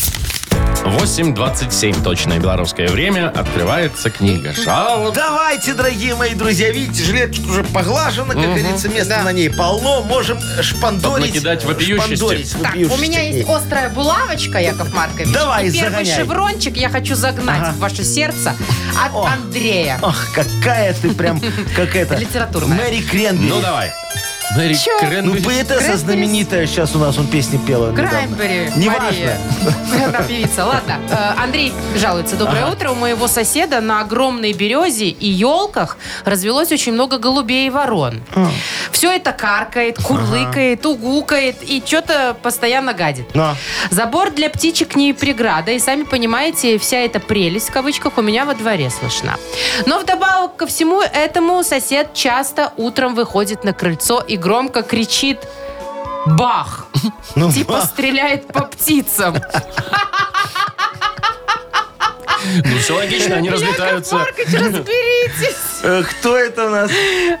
S2: 8.27 точное белорусское время. Открывается книга жалоб.
S4: Давайте, дорогие мои друзья, видите, жилеточка уже поглажена, как говорится, места на ней полно. Можем шпандорить. э,
S2: Накидать вопиющести.
S4: шпандорить
S3: Так, у
S4: вопиющести.
S3: меня есть острая булавочка, Яков Маркович.
S4: Давай,
S3: и первый
S4: загоняй.
S3: шеврончик я хочу загнать в ваше сердце от
S4: О.
S3: Андрея.
S4: Ах, какая ты прям, как это...
S3: Литературная.
S4: Мэри Кренбери.
S2: Ну давай. Мэри
S3: Чё?
S4: Ну,
S2: Кренбери.
S4: поэтесса
S3: Кренбери?
S4: знаменитая сейчас у нас, он песни пела
S3: Краймбери,
S4: недавно. Неважно.
S3: Мария. Она певица. Ладно. Э, Андрей жалуется. Доброе утро. У моего соседа на огромной березе и елках развелось очень много голубей и ворон.
S4: А.
S3: Все это каркает, курлыкает, угукает и что-то постоянно гадит.
S4: Но.
S3: Забор для птичек не преграда, и сами понимаете, вся эта прелесть, в кавычках, у меня во дворе слышна. Но вдобавок ко всему этому сосед часто утром выходит на крыльцо и громко кричит
S4: Ну,
S3: «Бах!» Типа стреляет по птицам.
S2: Ну, все логично, они
S3: Яков
S2: разлетаются.
S3: Маркович, разберитесь.
S4: [LAUGHS] Э, Кто это у нас?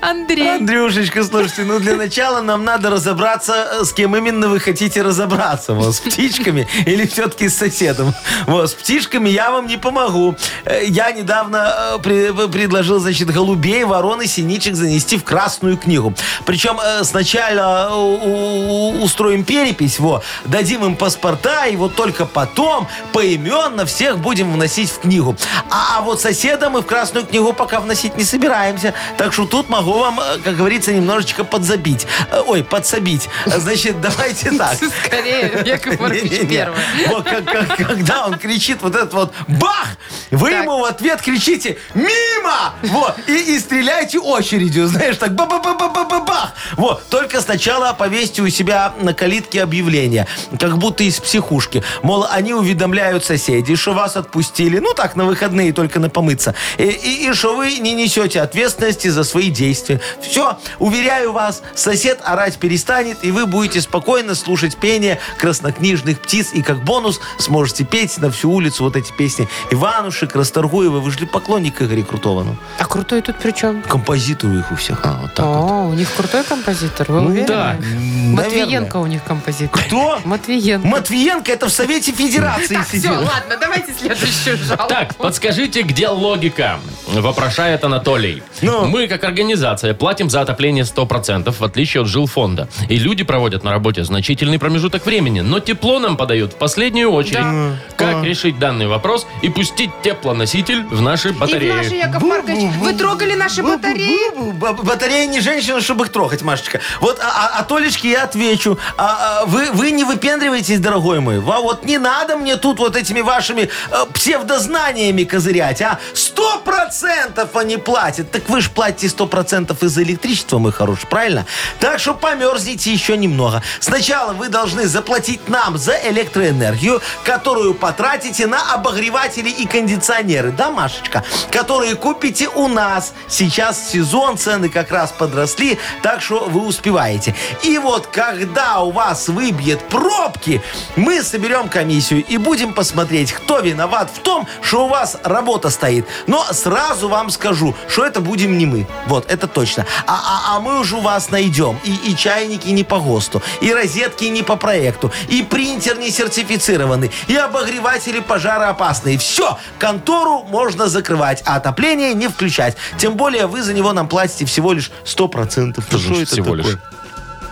S3: Андрей.
S4: Андрюшечка, слушайте, ну для начала нам надо разобраться, э, с кем именно вы хотите разобраться. Вот, с птичками или все-таки с соседом. Вот, с птичками я вам не помогу. Э, Я недавно э, пре- предложил, значит, голубей, ворон и синичек занести в Красную книгу. Причем э, сначала э, у- у- устроим перепись, во, дадим им паспорта, и вот только потом поименно всех будем вносить в книгу. А, а вот соседа мы в Красную книгу пока вносить не собираемся. Так что тут могу вам, э, как говорится, немножечко подзабить. Э, Ой, подсобить. Э, Значит, давайте так.
S3: Скорее, Яков Маркович
S4: [LAUGHS] Не-не-не.
S3: первый.
S4: Вот как- как- Когда он кричит вот этот вот бах, вы
S3: Так.
S4: ему в ответ кричите мимо, вот, и, и стреляйте очередью, знаешь, так ба ба ба ба ба ба бах Вот, только сначала повесьте у себя на калитке объявление, как будто из психушки. Мол, они уведомляют соседей, что вас отпустили, ну так, на выходные только на помыться. И- И и что вы не несете ответственности за свои действия. Все, уверяю вас, сосед орать перестанет, и вы будете спокойно слушать пение краснокнижных птиц, и как бонус сможете петь на всю улицу вот эти песни. Иванушек, Расторгуева, вы же поклонник Игоря Крутовану.
S3: А крутой тут при чем?
S4: Композитору их у всех.
S2: А, вот так вот.
S3: О, у них крутой композитор, вы
S2: Ну,
S3: уверены?
S2: да.
S3: Матвиенко у них композитор.
S4: Кто?
S3: Матвиенко.
S4: Матвиенко это в Совете Федерации
S3: Все,
S4: сидел.
S3: ладно, давайте следующую жалобу.
S2: Так, подскажите, где логика? Вопрошает Анатолий.
S4: Ну?
S2: Мы, как организация, платим за отопление 100%, в отличие от жилфонда. И люди проводят на работе значительный промежуток времени, но тепло нам подают в последнюю очередь. Как решить данный вопрос и пустить теплоноситель в наши
S3: И в
S2: батареи?
S3: наши, Яков Маркович, вы трогали наши батареи?
S4: Б- б- Батарея не женщина, чтобы их трогать, Машечка. Вот а, а- а Толечке я отвечу. А, а, вы, вы не выпендриваетесь, дорогой мой. Ва- вот не надо мне тут вот этими вашими э, псевдознаниями козырять, а? Сто процентов они платят. Так вы же платите сто процентов из электричества, мой хороший, правильно? Так что померзните еще немного. Сначала вы должны заплатить нам за электроэнергию, которую потратите на обогреватели и кондиционеры, да, Машечка? Которые купите у нас. Сейчас сезон, цены как раз подросли, так что вы успеваете. И вот когда у вас выбьет пробки, мы соберем комиссию и будем посмотреть, кто виноват в том, что у вас работа стоит. Но сразу вам скажу, что это будем не мы. Вот, это точно. А, а- а мы уже вас найдем. И, и чайники не по ГОСТу, и розетки не по проекту, и принтер не сертифицированный, и обогреватели пожароопасные. Все, контору можно закрывать, а отопление не включать. Тем более вы за него нам платите всего лишь 100%. Ну,
S2: значит всего лишь?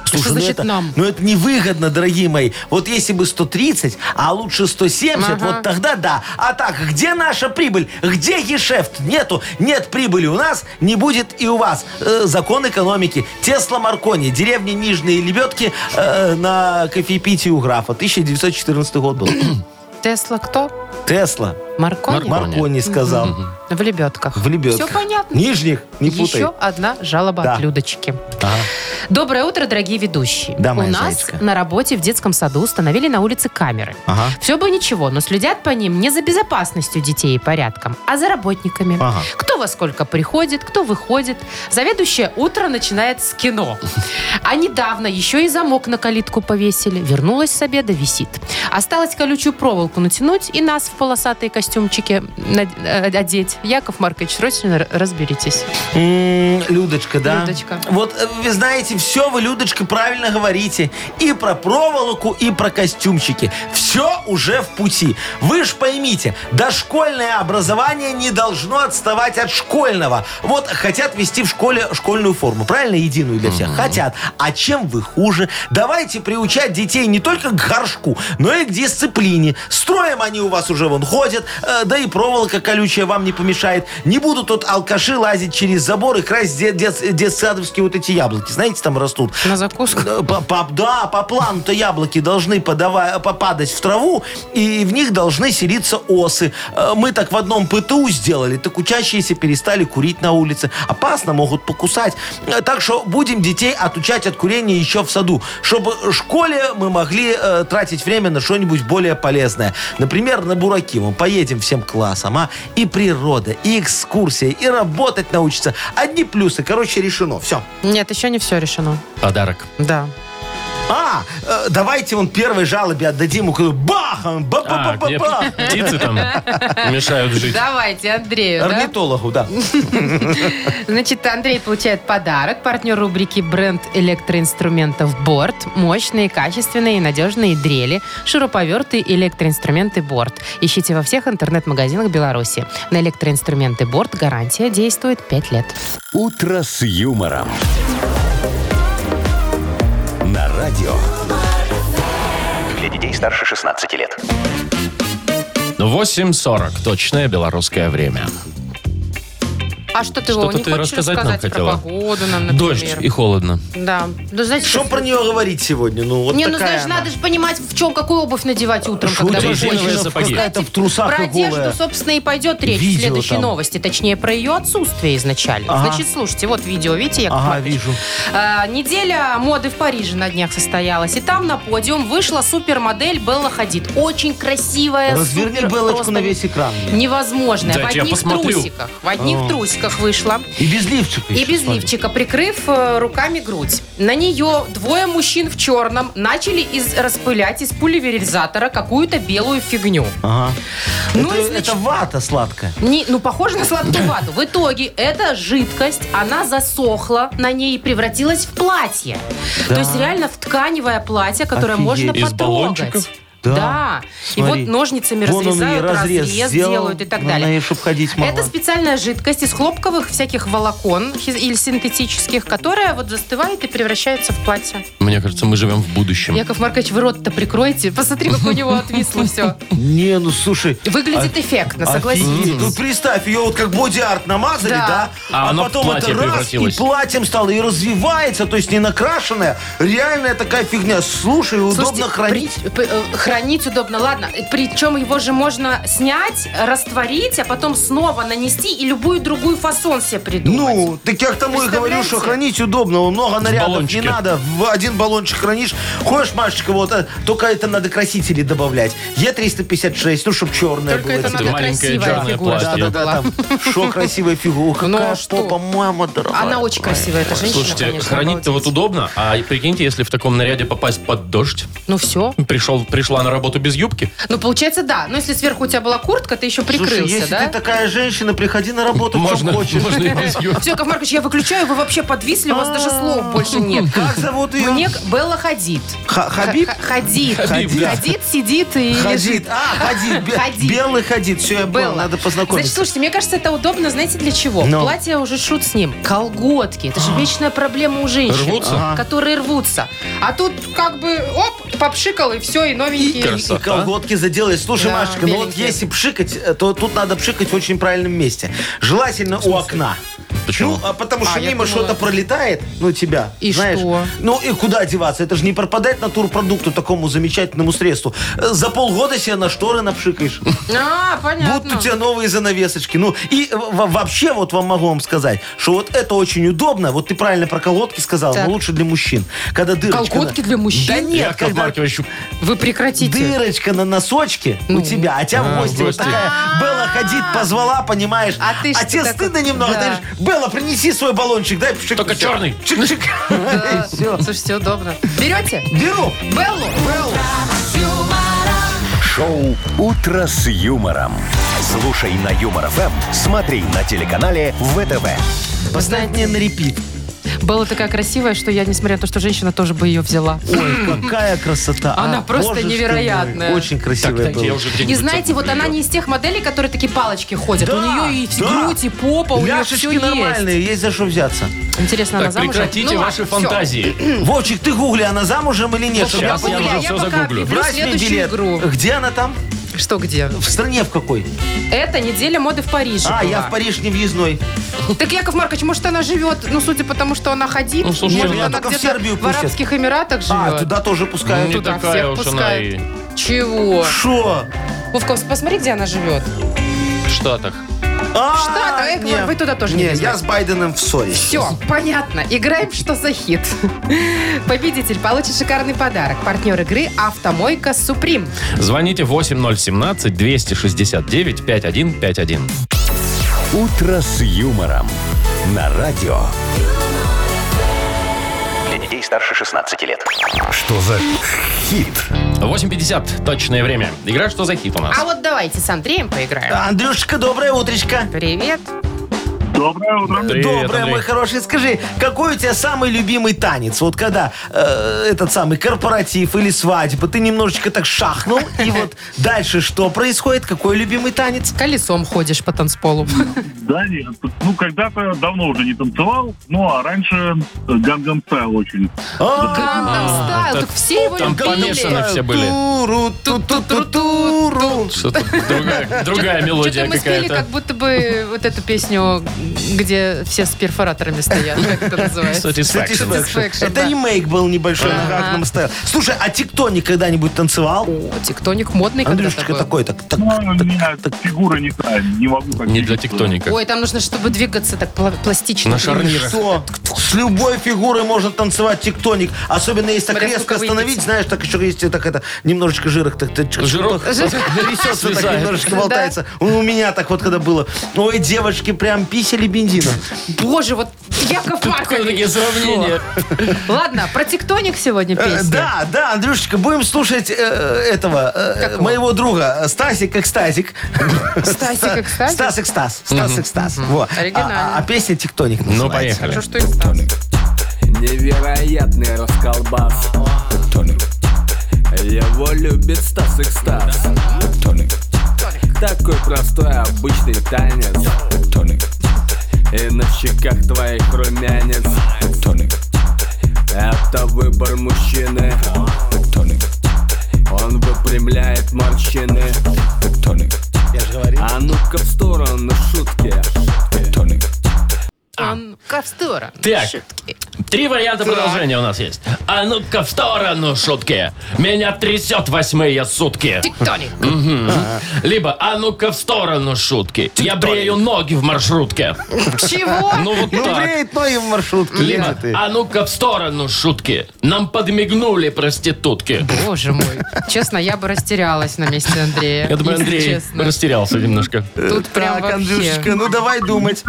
S4: Слушай,
S3: Что
S4: ну
S3: значит
S4: это-
S3: нам?
S4: Ну это невыгодно, дорогие мои. Вот если бы 130, а лучше 170,
S3: Ага.
S4: вот тогда да. А так, где наша прибыль? Где гешефт? Нету. Нет прибыли у нас, не будет и у вас. Э, закон экономики. Тесла Маркони, деревня Нижние Лебедки э, на кофепитии у графа. 1914 год был.
S3: Тесла кто?
S4: Тесла.
S3: Маркони?
S2: Маркони.
S4: Маркони сказал.
S3: В лебедках.
S4: В лебедках.
S3: Все понятно.
S4: Нижних, не путай.
S3: Еще одна жалоба
S4: Да.
S3: от Людочки.
S4: Ага.
S3: Доброе утро, дорогие ведущие.
S4: Да, моя
S3: У нас
S4: зайчка.
S3: на работе в детском саду установили на улице камеры.
S4: Ага.
S3: Все бы ничего, но следят по ним не за безопасностью детей и порядком, а за работниками.
S4: Ага.
S3: Кто во сколько приходит, кто выходит. Заведующая утро начинает с кино. А недавно еще и замок на калитку повесили. Вернулась с обеда, висит. Осталось колючую проволоку натянуть и нас в полосатые костюмчики над- э, одеть. Яков Маркович, срочно р- разберитесь.
S4: М, Людочка, да?
S3: Людочка.
S4: Вот, э, вы знаете, все вы, Людочка, правильно говорите. И про проволоку, и про костюмчики. Все уже в пути. Вы ж поймите, дошкольное образование не должно отставать от школьного. Вот хотят вести в школе школьную форму, правильно? Единую для всех. Хотят. А чем вы хуже? Давайте приучать детей не только к горшку, но и к дисциплине. Строим они у вас уже вон ходят, э, да и проволока колючая вам не помешает. Не будут тут алкаши лазить через забор и красть де- дет- детсадовские вот эти яблоки. Знаете, там растут.
S3: На закуску.
S4: Э, по- по- да, по плану-то яблоки должны подава- попадать в траву, и в них должны селиться осы. Э, Мы так в одном ПТУ сделали, так учащиеся перестали курить на улице. Опасно, могут покусать. Э, Так что будем детей отучать от курения еще в саду, чтобы в школе мы могли э, тратить время на что-нибудь более полезное. Например, на бураки. Мы поедем всем классом, а? И природа, и экскурсия, и работать научиться. Одни плюсы. Короче, решено. Все.
S3: Нет, еще не все решено.
S2: Подарок.
S3: Да.
S4: А, э, давайте вон первой жалобе отдадим, у кого бахом, ба ба
S2: А,
S4: ба
S2: где
S4: ба
S2: птицы
S3: [LAUGHS]
S2: там мешают жить.
S3: Давайте Андрею, да?
S4: Орнитологу, да.
S3: Значит, Андрей получает подарок. Партнер рубрики «Бренд электроинструментов Борт». Мощные, качественные и надежные дрели, шуруповерты и электроинструменты Борт. Ищите во всех интернет-магазинах Беларуси. На электроинструменты Борт гарантия действует 5 лет.
S1: «Утро с юмором». На радио.
S6: Для детей старше 16 лет.
S2: 8.40, точное белорусское время.
S3: А что ты,
S2: Что-то
S3: Вова, не
S2: ты
S3: хочешь
S2: рассказать нам
S3: рассказать про
S2: хотела?
S3: погоду нам, например?
S2: Дождь и холодно.
S3: Да. Ну, знаете,
S4: Что про нее говорить сегодня? Ну, вот
S3: не, ну
S4: такая
S3: знаешь,
S4: она.
S3: надо же понимать, в чем, какую обувь надевать утром, когда
S2: Шутка,
S3: выходишь.
S2: резиновые сапоги.
S4: Какая-то в трусах
S3: Про
S4: и голая.
S3: одежду, собственно, и пойдет речь
S4: Видео
S3: в следующей
S4: там.
S3: новости. Точнее, про ее отсутствие изначально.
S4: Ага.
S3: Значит, слушайте, вот видео, видите, я
S4: Ага, вижу.
S3: неделя моды в Париже на днях состоялась. И там на подиум вышла супермодель Белла Хадид. Очень красивая,
S4: Разверни
S3: супер,
S4: белочку
S3: просто
S4: на весь экран. мне.
S3: Невозможная.
S2: Дайте
S3: в
S2: я
S3: одних
S2: посмотрю.
S3: трусиках. В одних трусиках вышла.
S4: И без лифчика.
S3: И
S4: еще,
S3: без
S4: смотри.
S3: лифчика, прикрыв э, руками грудь. На нее двое мужчин в черном начали из, распылять из пульверизатора какую-то белую фигню.
S4: Ага.
S3: Ну
S4: А, это,
S3: и, значит,
S4: это вата сладкая.
S3: Не- ну, похоже на сладкую вату. В итоге эта жидкость, она засохла на ней и превратилась в платье. То есть реально в тканевое платье, которое
S4: Офигеть.
S3: можно
S2: Из
S3: потрогать.
S2: баллончиков?
S4: Да.
S3: Да. И вот
S4: Смотри.
S3: ножницами
S4: Вон он ей
S3: разрезают, разрез,
S4: сделал,
S3: делают и так
S4: на-
S3: далее.
S4: На ней, чтоб ходить могла.
S3: Это специальная жидкость из хлопковых всяких волокон хи- или синтетических, которая вот застывает и превращается в платье.
S2: Мне кажется, мы живем в будущем.
S3: Яков Маркович, вы рот-то прикройте. Посмотри, как у него отвисло все.
S4: Не, ну слушай.
S3: Выглядит эффектно, согласитесь.
S4: Офигеть. Ну, представь, ее вот как боди-арт намазали,
S3: Да.
S4: да,
S2: А оно в
S4: потом это
S2: платье
S4: раз, и
S2: превратилось.
S4: платьем стало, и развивается, то есть не накрашенная, реальная такая фигня. Слушай, удобно
S3: Слушайте,
S4: хранить.
S3: при- п- э, хранить удобно, ладно. И Причем его же можно снять, растворить, а потом снова нанести и любую другую фасон себе придумать.
S4: Ну, так я к тому и говорю, что
S3: Представляете?
S4: хранить удобно, много нарядов
S2: баллончике.
S4: не надо, в один баллончик хранишь. Ходишь, Машечка, вот, а, только это надо красители добавлять. Е356, ну, чтоб черное
S3: Только
S4: было.
S3: это
S4: типа.
S3: надо
S2: маленькое
S3: красивая
S2: черное
S3: фигура,
S2: платье.
S3: чтобы
S4: Да,
S3: была.
S4: да, да, там, шо красивая фигура,
S3: Ну, а
S4: какая
S3: что?
S4: попа, мама дорогая.
S3: Она очень красивая, эта женщина,
S2: Слушайте,
S3: конечно,
S2: хранить-то вот
S3: обалдеть.
S2: удобно, а прикиньте, если в таком наряде попасть под дождь,
S3: Ну все.
S2: пришел, пришла на работу без юбки,
S3: Ну, получается, да. Но если сверху у тебя была куртка, ты еще прикрылся,
S4: Слушай, если
S3: да?
S4: ты такая женщина, приходи на работу, в чём
S2: можно,
S4: хочешь.
S2: можно и без
S3: [LAUGHS]
S2: юбки.
S3: Все, Яков Маркович, я выключаю, вы вообще подвисли, у вас даже слов больше нет.
S4: Как зовут ее?
S3: Мне Белла Хадид.
S4: Ха- Хабиб?
S3: Х- Хадид.
S2: Хабиб, да.
S3: Хадид сидит и...
S4: Хадид. А, Хадид. бе-
S3: Хадид.
S4: Белый Хадид. Все, я понял,
S3: Белла.
S4: надо
S3: Значит,
S4: познакомиться.
S3: слушайте, мне кажется, это удобно, знаете, для чего?
S4: Ну.
S3: Платье уже шут с ним. Колготки. Это же вечная проблема у женщин.
S2: Рвутся?
S4: Ага.
S3: Которые рвутся. А тут как бы, оп, попшикал, и все, и новенькие.
S2: И красота.
S4: И колготки заделать. Слушай,
S3: Да,
S4: Машечка, ну вот
S3: беленькие.
S4: если пшикать, э, то тут надо пшикать в очень правильном месте. Желательно у окна.
S2: Почему?
S4: Ну, а потому что
S3: А, я
S4: мимо
S3: думала.
S4: что-то пролетает, ну, тебя,
S3: И
S4: знаешь.
S3: что?
S4: Ну, и куда деваться? Это же не пропадать натурпродукту, такому замечательному средству. Э, За полгода себе на шторы напшикаешь.
S3: А, понятно.
S4: Будут у тебя новые занавесочки. Ну, и э, во- вообще вот вам могу вам сказать, что вот это очень удобно. Вот ты правильно про колодки сказал,
S3: Так.
S4: но лучше для мужчин. Когда дырочка...
S3: Колготки
S4: на-
S3: для мужчин?
S4: Да нет,
S2: Яков
S4: когда
S2: Маркович,
S3: Вы прекратите.
S4: дырочка на носочке
S3: Ну.
S4: у тебя, а тебя
S2: А,
S4: в гости
S2: в
S4: вот
S2: гости.
S4: такая Белла ходит, позвала, понимаешь?
S3: А ты что
S4: тебе
S3: такой?
S4: стыдно немного?
S3: Да.
S4: Ты говоришь, Белла, принеси свой баллончик, дай пшик.
S2: Только
S4: всё».
S2: черный.
S4: Чик-чик.
S3: Да.
S4: И всё.
S3: Слушайте, удобно. Берете?
S4: Беру.
S3: Беллу? Беллу.
S1: Шоу «Утро с юмором». Слушай на Юмор ФМ, смотри на телеканале ВТВ.
S4: Поставь мне на репит.
S3: Белла такая красивая, что я, несмотря на то, что женщина, тоже бы ее взяла.
S4: Ой, какая красота. а.
S3: Она просто
S4: Боже ж ты мой.
S3: невероятная.
S4: Очень
S2: так,
S4: красивая
S2: так, я
S4: была.
S2: уже
S3: И
S2: где-нибудь
S3: знаете, вот она
S2: забыл
S3: не из тех моделей, которые такие палочки ходят.
S4: Да,
S3: у нее и
S4: да.
S3: грудь, и попа, у нее
S4: Ляшечки
S3: все есть.
S4: нормальные, есть за что взяться.
S3: Интересно,
S2: её.
S3: она
S2: Так,
S3: замужем?
S2: прекратите
S3: Ну ладно,
S2: ваши
S3: всё.
S2: фантазии.
S4: Вовчик, ты гугли, она замужем или нет? чтобы
S3: Я
S2: Сейчас я
S3: погуляю,
S2: уже
S3: я
S2: все
S3: пока
S2: загуглю.
S3: объявлю.
S4: Брать мне
S3: следующую
S4: билет.
S3: игру.
S4: Где она там?
S3: Что где?
S4: В стране в какой?
S3: Типа Это неделя моды в Париже
S4: А,
S3: была.
S4: я в Париж не въездной.
S3: Так, Яков Маркович, может, она живет, ну, судя по тому, что она ходит,
S2: Ну, слушай,
S3: может,
S2: меня
S3: она
S4: только в
S3: где-то
S4: Сербию
S3: в
S4: пустят.
S3: Арабских Эмиратах живет.
S4: А, туда тоже пускают.
S2: Не
S3: Типа ну, Туда
S2: такая
S3: всех
S2: уж она
S3: пускают.
S2: и
S3: Чего?
S4: Шо?
S3: Вовка, посмотри, где она живет.
S2: в Штатах.
S4: А,
S3: Штаты, э,
S4: не.
S3: вы туда тоже не
S4: Не,
S3: въездной.
S4: я с Байденом в ссоре.
S3: Все, понятно. Играем, что за хит. Победитель получит шикарный подарок. Партнер игры «Автомойка Суприм».
S2: Звоните 8017-269-5151.
S1: «Утро с юмором» на радио.
S6: Для детей детей старше 16 лет.
S1: Что за хит?
S2: 8.50 точное время. Игра «Что за хит» у нас?
S3: А вот давайте с Андреем поиграем.
S4: Андрюшечка, доброе утречко.
S3: Привет.
S7: Доброе утро.
S2: Привет,
S4: Доброе,
S2: Андрей.
S4: мой хороший. Скажи, какой у тебя самый любимый танец? Вот когда э, этот самый корпоратив или свадьба, ты немножечко так шахнул, и вот дальше что происходит? Какой любимый танец?
S3: Колесом ходишь по танцполу.
S7: Да нет, ну когда-то давно уже не танцевал, ну а раньше Гангам Стайл очень.
S3: Ну,
S4: А,
S3: Gangnam Style,
S2: так
S3: так все его
S2: там помешано
S3: любили.
S2: все были.
S4: туру,
S3: [LAUGHS]
S4: ту-ту-ту-туру.
S2: Что-то другая, другая
S3: Что-то
S2: мелодия
S3: мы спели,
S2: какая-то.
S3: как будто бы вот эту песню, где все с перфораторами стоят, как это называется.
S2: Satisfaction.
S3: Satisfaction,
S4: Это
S3: да.
S4: ремейк был небольшой на Gangnam Style. Слушай, а тектоник когда-нибудь танцевал?
S3: О, тектоник модный когда-то
S4: Андрюшечка
S3: был.
S4: такой, так, так,
S7: Ну, у
S4: так,
S7: меня
S4: так.
S7: фигура не та, не могу так
S2: Не для
S7: двигаться.
S2: тектоника.
S3: Ой, там нужно, чтобы двигаться так пла- пластично.
S2: На шарнирах.
S4: Всё. С любой фигурой можно танцевать тектоник. Особенно если так
S3: Смотря
S4: резко
S3: сколько
S4: остановить,
S3: выйдете.
S4: знаешь, так еще если так это немножечко жирок так, так, так,
S2: Жирок?
S4: так, трясется, так
S2: Слезает.
S4: немножечко болтается. У меня так вот когда было. Ой, девочки, прям писали бензином.
S3: Боже, вот
S2: [LAUGHS]
S3: Яков
S2: Такие
S3: Маркович.
S2: сравнения.
S3: Ладно, про тектоник сегодня
S4: Э,
S3: песня.
S4: Да, да, Андрюшечка, будем слушать э, этого э,
S3: Какого?
S4: моего друга Стасик экстазик.
S3: Стасик Экстазик?
S4: Стас экстаз. Стас экстаз. Во. А-
S3: Оригинально.
S4: А а песня тектоник.
S2: Ну,
S4: называется.
S2: поехали.
S3: Хорошо, что и Стас.
S8: Невероятный расколбас Его любит Стас Экстаз Такой простой обычный танец И на щеках твоих румянец Это выбор мужчины Он выпрямляет морщины
S4: Я же говорил.
S8: А ну-ка в сторону шутки
S3: Он ка в сторону.
S2: А. Так.
S3: Шутки.
S2: Три варианта продолжения у нас есть. А ну-ка в сторону, шутки. Меня трясет восьмые сутки.
S3: Тектоник.
S2: Либо а ну-ка в сторону, шутки. Я брею ноги в маршрутке.
S3: Чего?
S2: [LAUGHS] Ну вот
S4: Ну,
S2: так.
S4: бреет ноги в маршрутке.
S2: Либо,
S4: Лена, ты.
S2: а ну-ка в сторону, шутки. Нам подмигнули проститутки.
S3: Боже мой. Честно, я бы растерялась на месте Андрея.
S2: Я думаю,
S3: если
S2: Андрей
S3: честно.
S2: растерялся немножко.
S3: Тут прям
S4: Так, Андрюшечка,
S3: вообще.
S4: ну давай думать.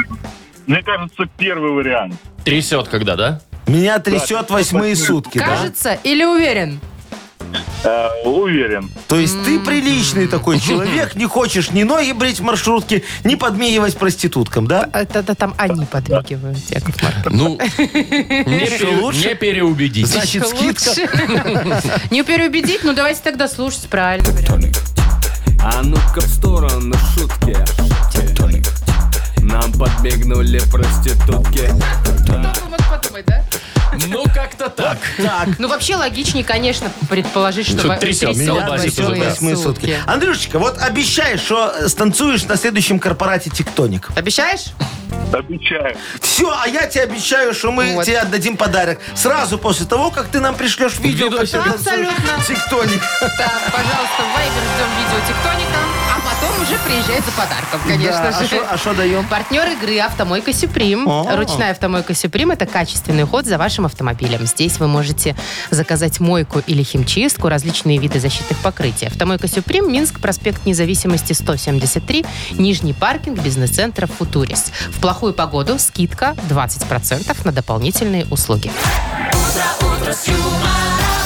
S7: Мне кажется, первый вариант.
S2: Трясет когда, да?
S4: Меня трясет
S2: ну,
S4: восьмые сутки, да?
S3: Кажется или уверен?
S7: Э, уверен.
S4: То есть ты приличный такой человек, не хочешь ни ноги брить в маршрутке, ни подмигивать проституткам, да?
S3: Это да, там они подмигивают, Яков Маркович.
S4: [LAUGHS]
S2: Ну, не, пере-
S4: лучше?
S2: не переубедить.
S4: Значит, скидка.
S3: Лучше. [LAUGHS] Не переубедить, ну давайте тогда слушать правильно. вариант.
S8: А ну-ка в сторону шутки Нам подмигнули проститутки
S3: Кто-то мог подумать, да?
S2: Ну, как-то так.
S3: Ну вообще логичнее, конечно, предположить, что
S2: Что
S3: во-
S2: трясет,
S3: трясет
S2: меня
S3: восьмые
S2: трясет
S4: Восьмые сутки. Андрюшечка, вот обещаешь, что э, станцуешь на следующем корпорате «Тектоник».
S3: Обещаешь?
S7: Обещаю.
S4: Все, а я тебе обещаю, что мы
S3: Вот.
S4: тебе отдадим подарок. Сразу после того, как ты нам пришлешь видео, как ты
S2: Видосик.
S4: танцуешь
S3: Абсолютно.
S4: «Тектоник».
S3: Да, пожалуйста, в Viber ждем видео Тектоника, а потом уже приезжай за подарком, конечно
S4: Да, а
S3: же.
S4: шо- А что даем?
S3: Партнер игры «Автомойка Сюприм».
S4: О.
S3: Ручная «Автомойка Сюприм» — это качественный уход за вашим автомобилем. Здесь вы можете заказать мойку или химчистку, различные виды защитных покрытий. «Автомойка Сюприм», Минск, проспект Независимости, 173, Нижний паркинг, бизнес-центр «Футурис». В плохую погоду скидка 20% на дополнительные услуги.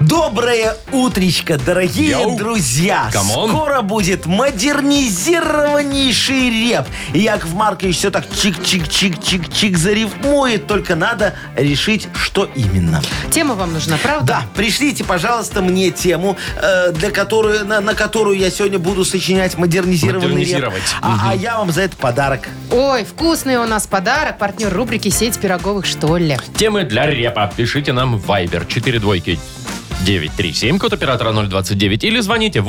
S4: Доброе утречко, дорогие
S2: Йоу.
S4: друзья!
S2: Камон.
S4: Скоро будет модернизированнейший реп. И Яков Маркович все так чик-чик-чик-чик-чик зарифмует, только надо решить, что именно.
S3: Тема вам нужна, правда?
S4: Да, пришлите, пожалуйста, мне тему, э, для которой, на, на которую я сегодня буду сочинять модернизированный реп.
S2: Модернизировать.
S4: А, а я вам за это подарок.
S3: Ой, вкусный у нас подарок. Партнер рубрики «Сеть пироговых, что ли?»
S2: Темы для репа. Пишите нам в Viber 4 двойки 937, код оператора 029, или звоните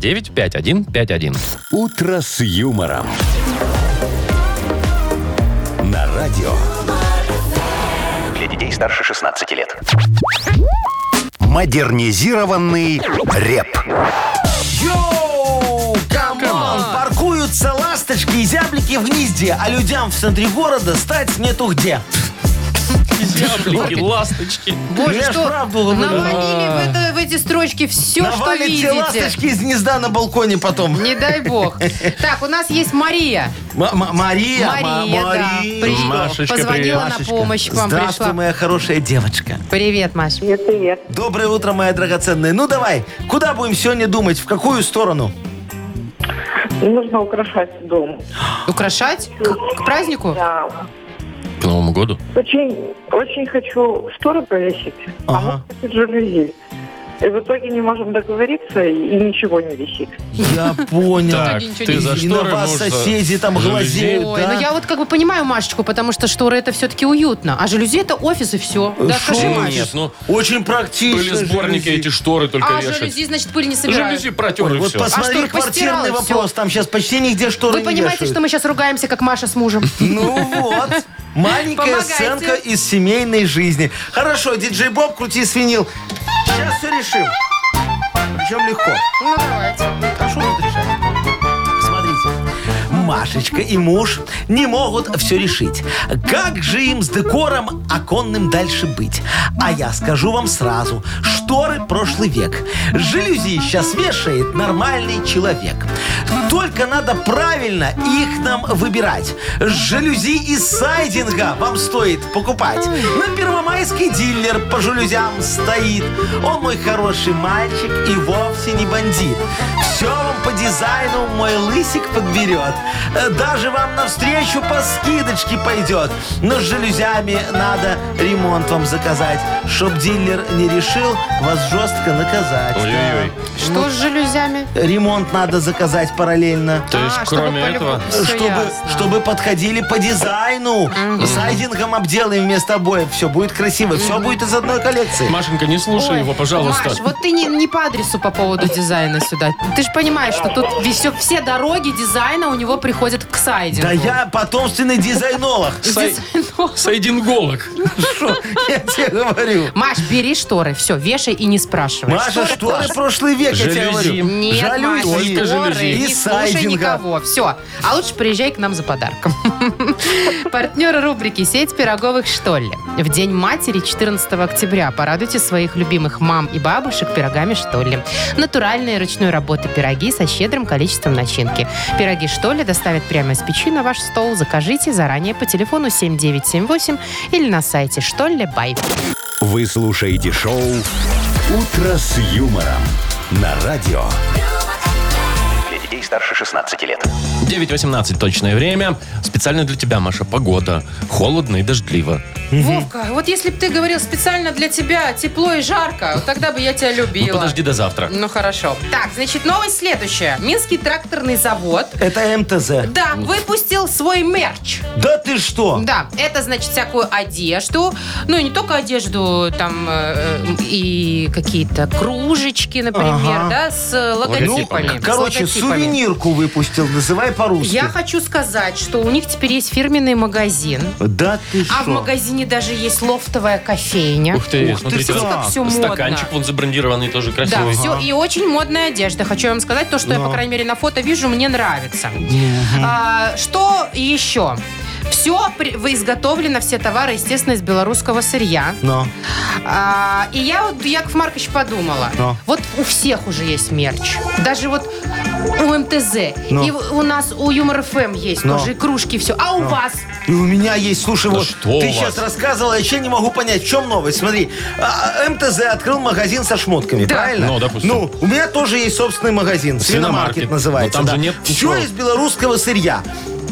S2: 8017-269-5151.
S1: «Утро с юмором». На радио
S6: Для детей старше 16 лет.
S1: «Модернизированный реп».
S4: Йоу, камон! Паркуются ласточки и зяблики и в гнезде, а людям в центре города стать нету где.
S2: Зяблики, ласточки.
S4: Я
S3: Боже,
S4: ж
S3: что
S4: правду говорю.
S3: навалили в, это- в эти строчки все, что
S4: Навалят те
S3: видите.
S4: ласточки из гнезда на балконе потом.
S3: Не дай бог. Так, у нас есть Мария.
S4: М- м- Мария, ма-
S3: Мария, да.
S4: Мария.
S3: при-
S2: Машечка,
S3: позвонила на
S4: Машечка,
S3: помощь к вам
S4: Здравствуй,
S3: пришла.
S4: моя хорошая девочка.
S3: Привет, Маша.
S5: Привет, привет.
S4: Доброе утро, моя драгоценная. Ну давай, куда будем сегодня думать? В какую сторону?
S5: Нужно украшать дом.
S3: Украшать? К, к празднику?
S5: Да.
S2: К Новому году?
S5: Очень, очень хочу шторы повесить, а
S4: Ага.
S5: может быть, жалюзи. И в итоге не можем договориться, и ничего не висит.
S4: Я понял.
S2: Так,
S3: ничего не
S2: ты за
S4: и на
S2: что
S4: вас соседи там глазеют,
S3: Ой,
S4: да?
S3: ну я вот как бы понимаю Машечку, потому что шторы это все-таки уютно, а жалюзи это офис и все. Да,
S4: шо
S3: скажи,
S4: вы,
S3: Маш.
S2: Нет, ну,
S4: Очень практично.
S2: были сборники
S4: жалюзи.
S2: эти шторы только
S3: А
S2: вешать.
S3: жалюзи, значит, пыль не собирают.
S2: Жалюзи протер
S4: Ой,
S2: и
S4: вот
S2: все.
S4: посмотри
S3: А что, постирала,
S4: квартирный
S3: всё.
S4: вопрос. Там сейчас почти нигде шторы
S3: Вы
S4: не
S3: понимаете,
S4: вешают.
S3: что мы сейчас ругаемся, как Маша с мужем?
S4: [LAUGHS] Ну вот, маленькая
S3: Помогайте.
S4: сценка из семейной жизни. Хорошо, диджей Боб, крути свинил. Сейчас все решим. Причем легко.
S3: Ну, давайте.
S4: Хорошо тут решать. Смотрите. Машечка и муж не могут все решить. Как же им с декором оконным дальше быть? А я скажу вам сразу. Шторы прошлый век. Жалюзи сейчас вешает нормальный человек. Только надо правильно их нам выбирать. Жалюзи из сайдинга вам стоит покупать. На первомайский дилер по жалюзям стоит. Он мой хороший мальчик и вовсе не бандит. Все вам по дизайну мой лысик подберет. Э, Даже вам навстречу по скидочке пойдет. Но с жалюзями надо ремонт вам заказать, чтоб дилер не решил вас жестко наказать.
S2: Ой-ой-ой.
S3: Что с жалюзями?
S4: Ремонт надо заказать параллельно.
S2: То есть,
S3: А, чтобы
S2: кроме
S3: полю-
S2: этого...
S3: Всё
S4: Чтобы,
S3: ясно.
S4: чтобы подходили по дизайну. Сайдингом обделаем вместо обоев. Все будет красиво. Все будет из одной коллекции.
S2: Машенька, не слушай
S3: Ой,
S2: его, пожалуйста.
S3: Маш, вот ты не, не по адресу по поводу дизайна сюда. Ты же понимаешь, что тут все, все дороги дизайна у него приходят к сайдингу.
S4: Да я потомственный дизайнолог.
S2: Сай-
S3: Дизайнолог.
S2: Сайдинголог.
S4: Шо, Я тебе говорю.
S3: Маш, бери шторы, все, вешай и не спрашивай.
S4: Маша, шторы прошлый век, я тебе
S2: Жалюзи.
S4: говорю.
S3: Нет, Маш,
S4: Жалюзи.
S2: только
S3: шторы,
S2: жалюзи.
S3: не
S4: И
S3: слушай
S4: сайдинга.
S3: никого. Все. А лучше приезжай к нам за подарком. [LAUGHS] Партнер рубрики «Сеть пироговых, что ли?» В День матери 14 октября порадуйте своих любимых мам и бабушек пирогами, что ли? Натуральные ручной работы пироги со щедрым количеством начинки. Пироги, что ли, доставят прямо из печи на ваш стол. Закажите заранее по телефону 7978 или на сайте что ли бай.
S1: Вы слушаете шоу «Утро с юмором» на радио.
S6: Для детей старше 16 лет.
S2: 9.18 точное время. Специально для тебя, Маша, погода. Холодно и дождливо.
S3: Вовка, вот если бы ты говорил специально для тебя тепло и жарко, тогда бы я тебя
S2: Ну,
S3: любила.
S2: подожди до завтра.
S3: Ну хорошо. Так, значит, новость следующая. Минский тракторный завод.
S4: Это МТЗ.
S3: Да, выпустил свой мерч.
S4: Да ты что?
S3: Да, это значит всякую одежду, ну и не только одежду, там э, и какие-то кружечки, например,
S4: Ага.
S3: да, с логотипами.
S2: Ну,
S3: С
S4: Короче,
S3: логотипами.
S4: сувенирку выпустил, называй по-русски.
S3: Я хочу сказать, что у них теперь есть фирменный магазин,
S4: Да ты
S3: а в
S4: что?
S3: магазине даже есть лофтовая кофейня.
S2: Ух ты,
S4: Ух ты,
S2: смотрите.
S4: как
S2: вот
S3: всё модно.
S2: Стаканчик вон забрендированный тоже
S3: Да,
S2: красивый.
S3: все, и очень модная одежда. Хочу вам сказать, то, что я,
S4: Но.
S3: по крайней мере, на фото вижу, мне нравится. А, что еще? Все изготовлено, все товары, естественно, из белорусского сырья.
S4: Но.
S3: А, и я вот, Яков Маркович, подумала,
S4: Но.
S3: вот у всех уже есть мерч. Даже вот у МТЗ.
S4: Но.
S3: И у нас, у Юмор ФМ есть
S4: Но.
S3: тоже, и кружки, все. А у вас?
S4: И у меня есть, слушай,
S2: Да
S4: вот
S2: что у
S4: ты
S2: вас?
S4: сейчас рассказывала, я еще не могу понять, в чем новость. Смотри, а, МТЗ открыл магазин со шмотками,
S3: Да.
S4: правильно?
S2: Ну, допустим.
S4: Ну, у меня тоже есть собственный магазин,
S2: Свиномаркет.
S4: свиномаркет, называется.
S2: Но там
S4: да.
S2: же нет
S4: Все
S2: ничего.
S4: из белорусского сырья.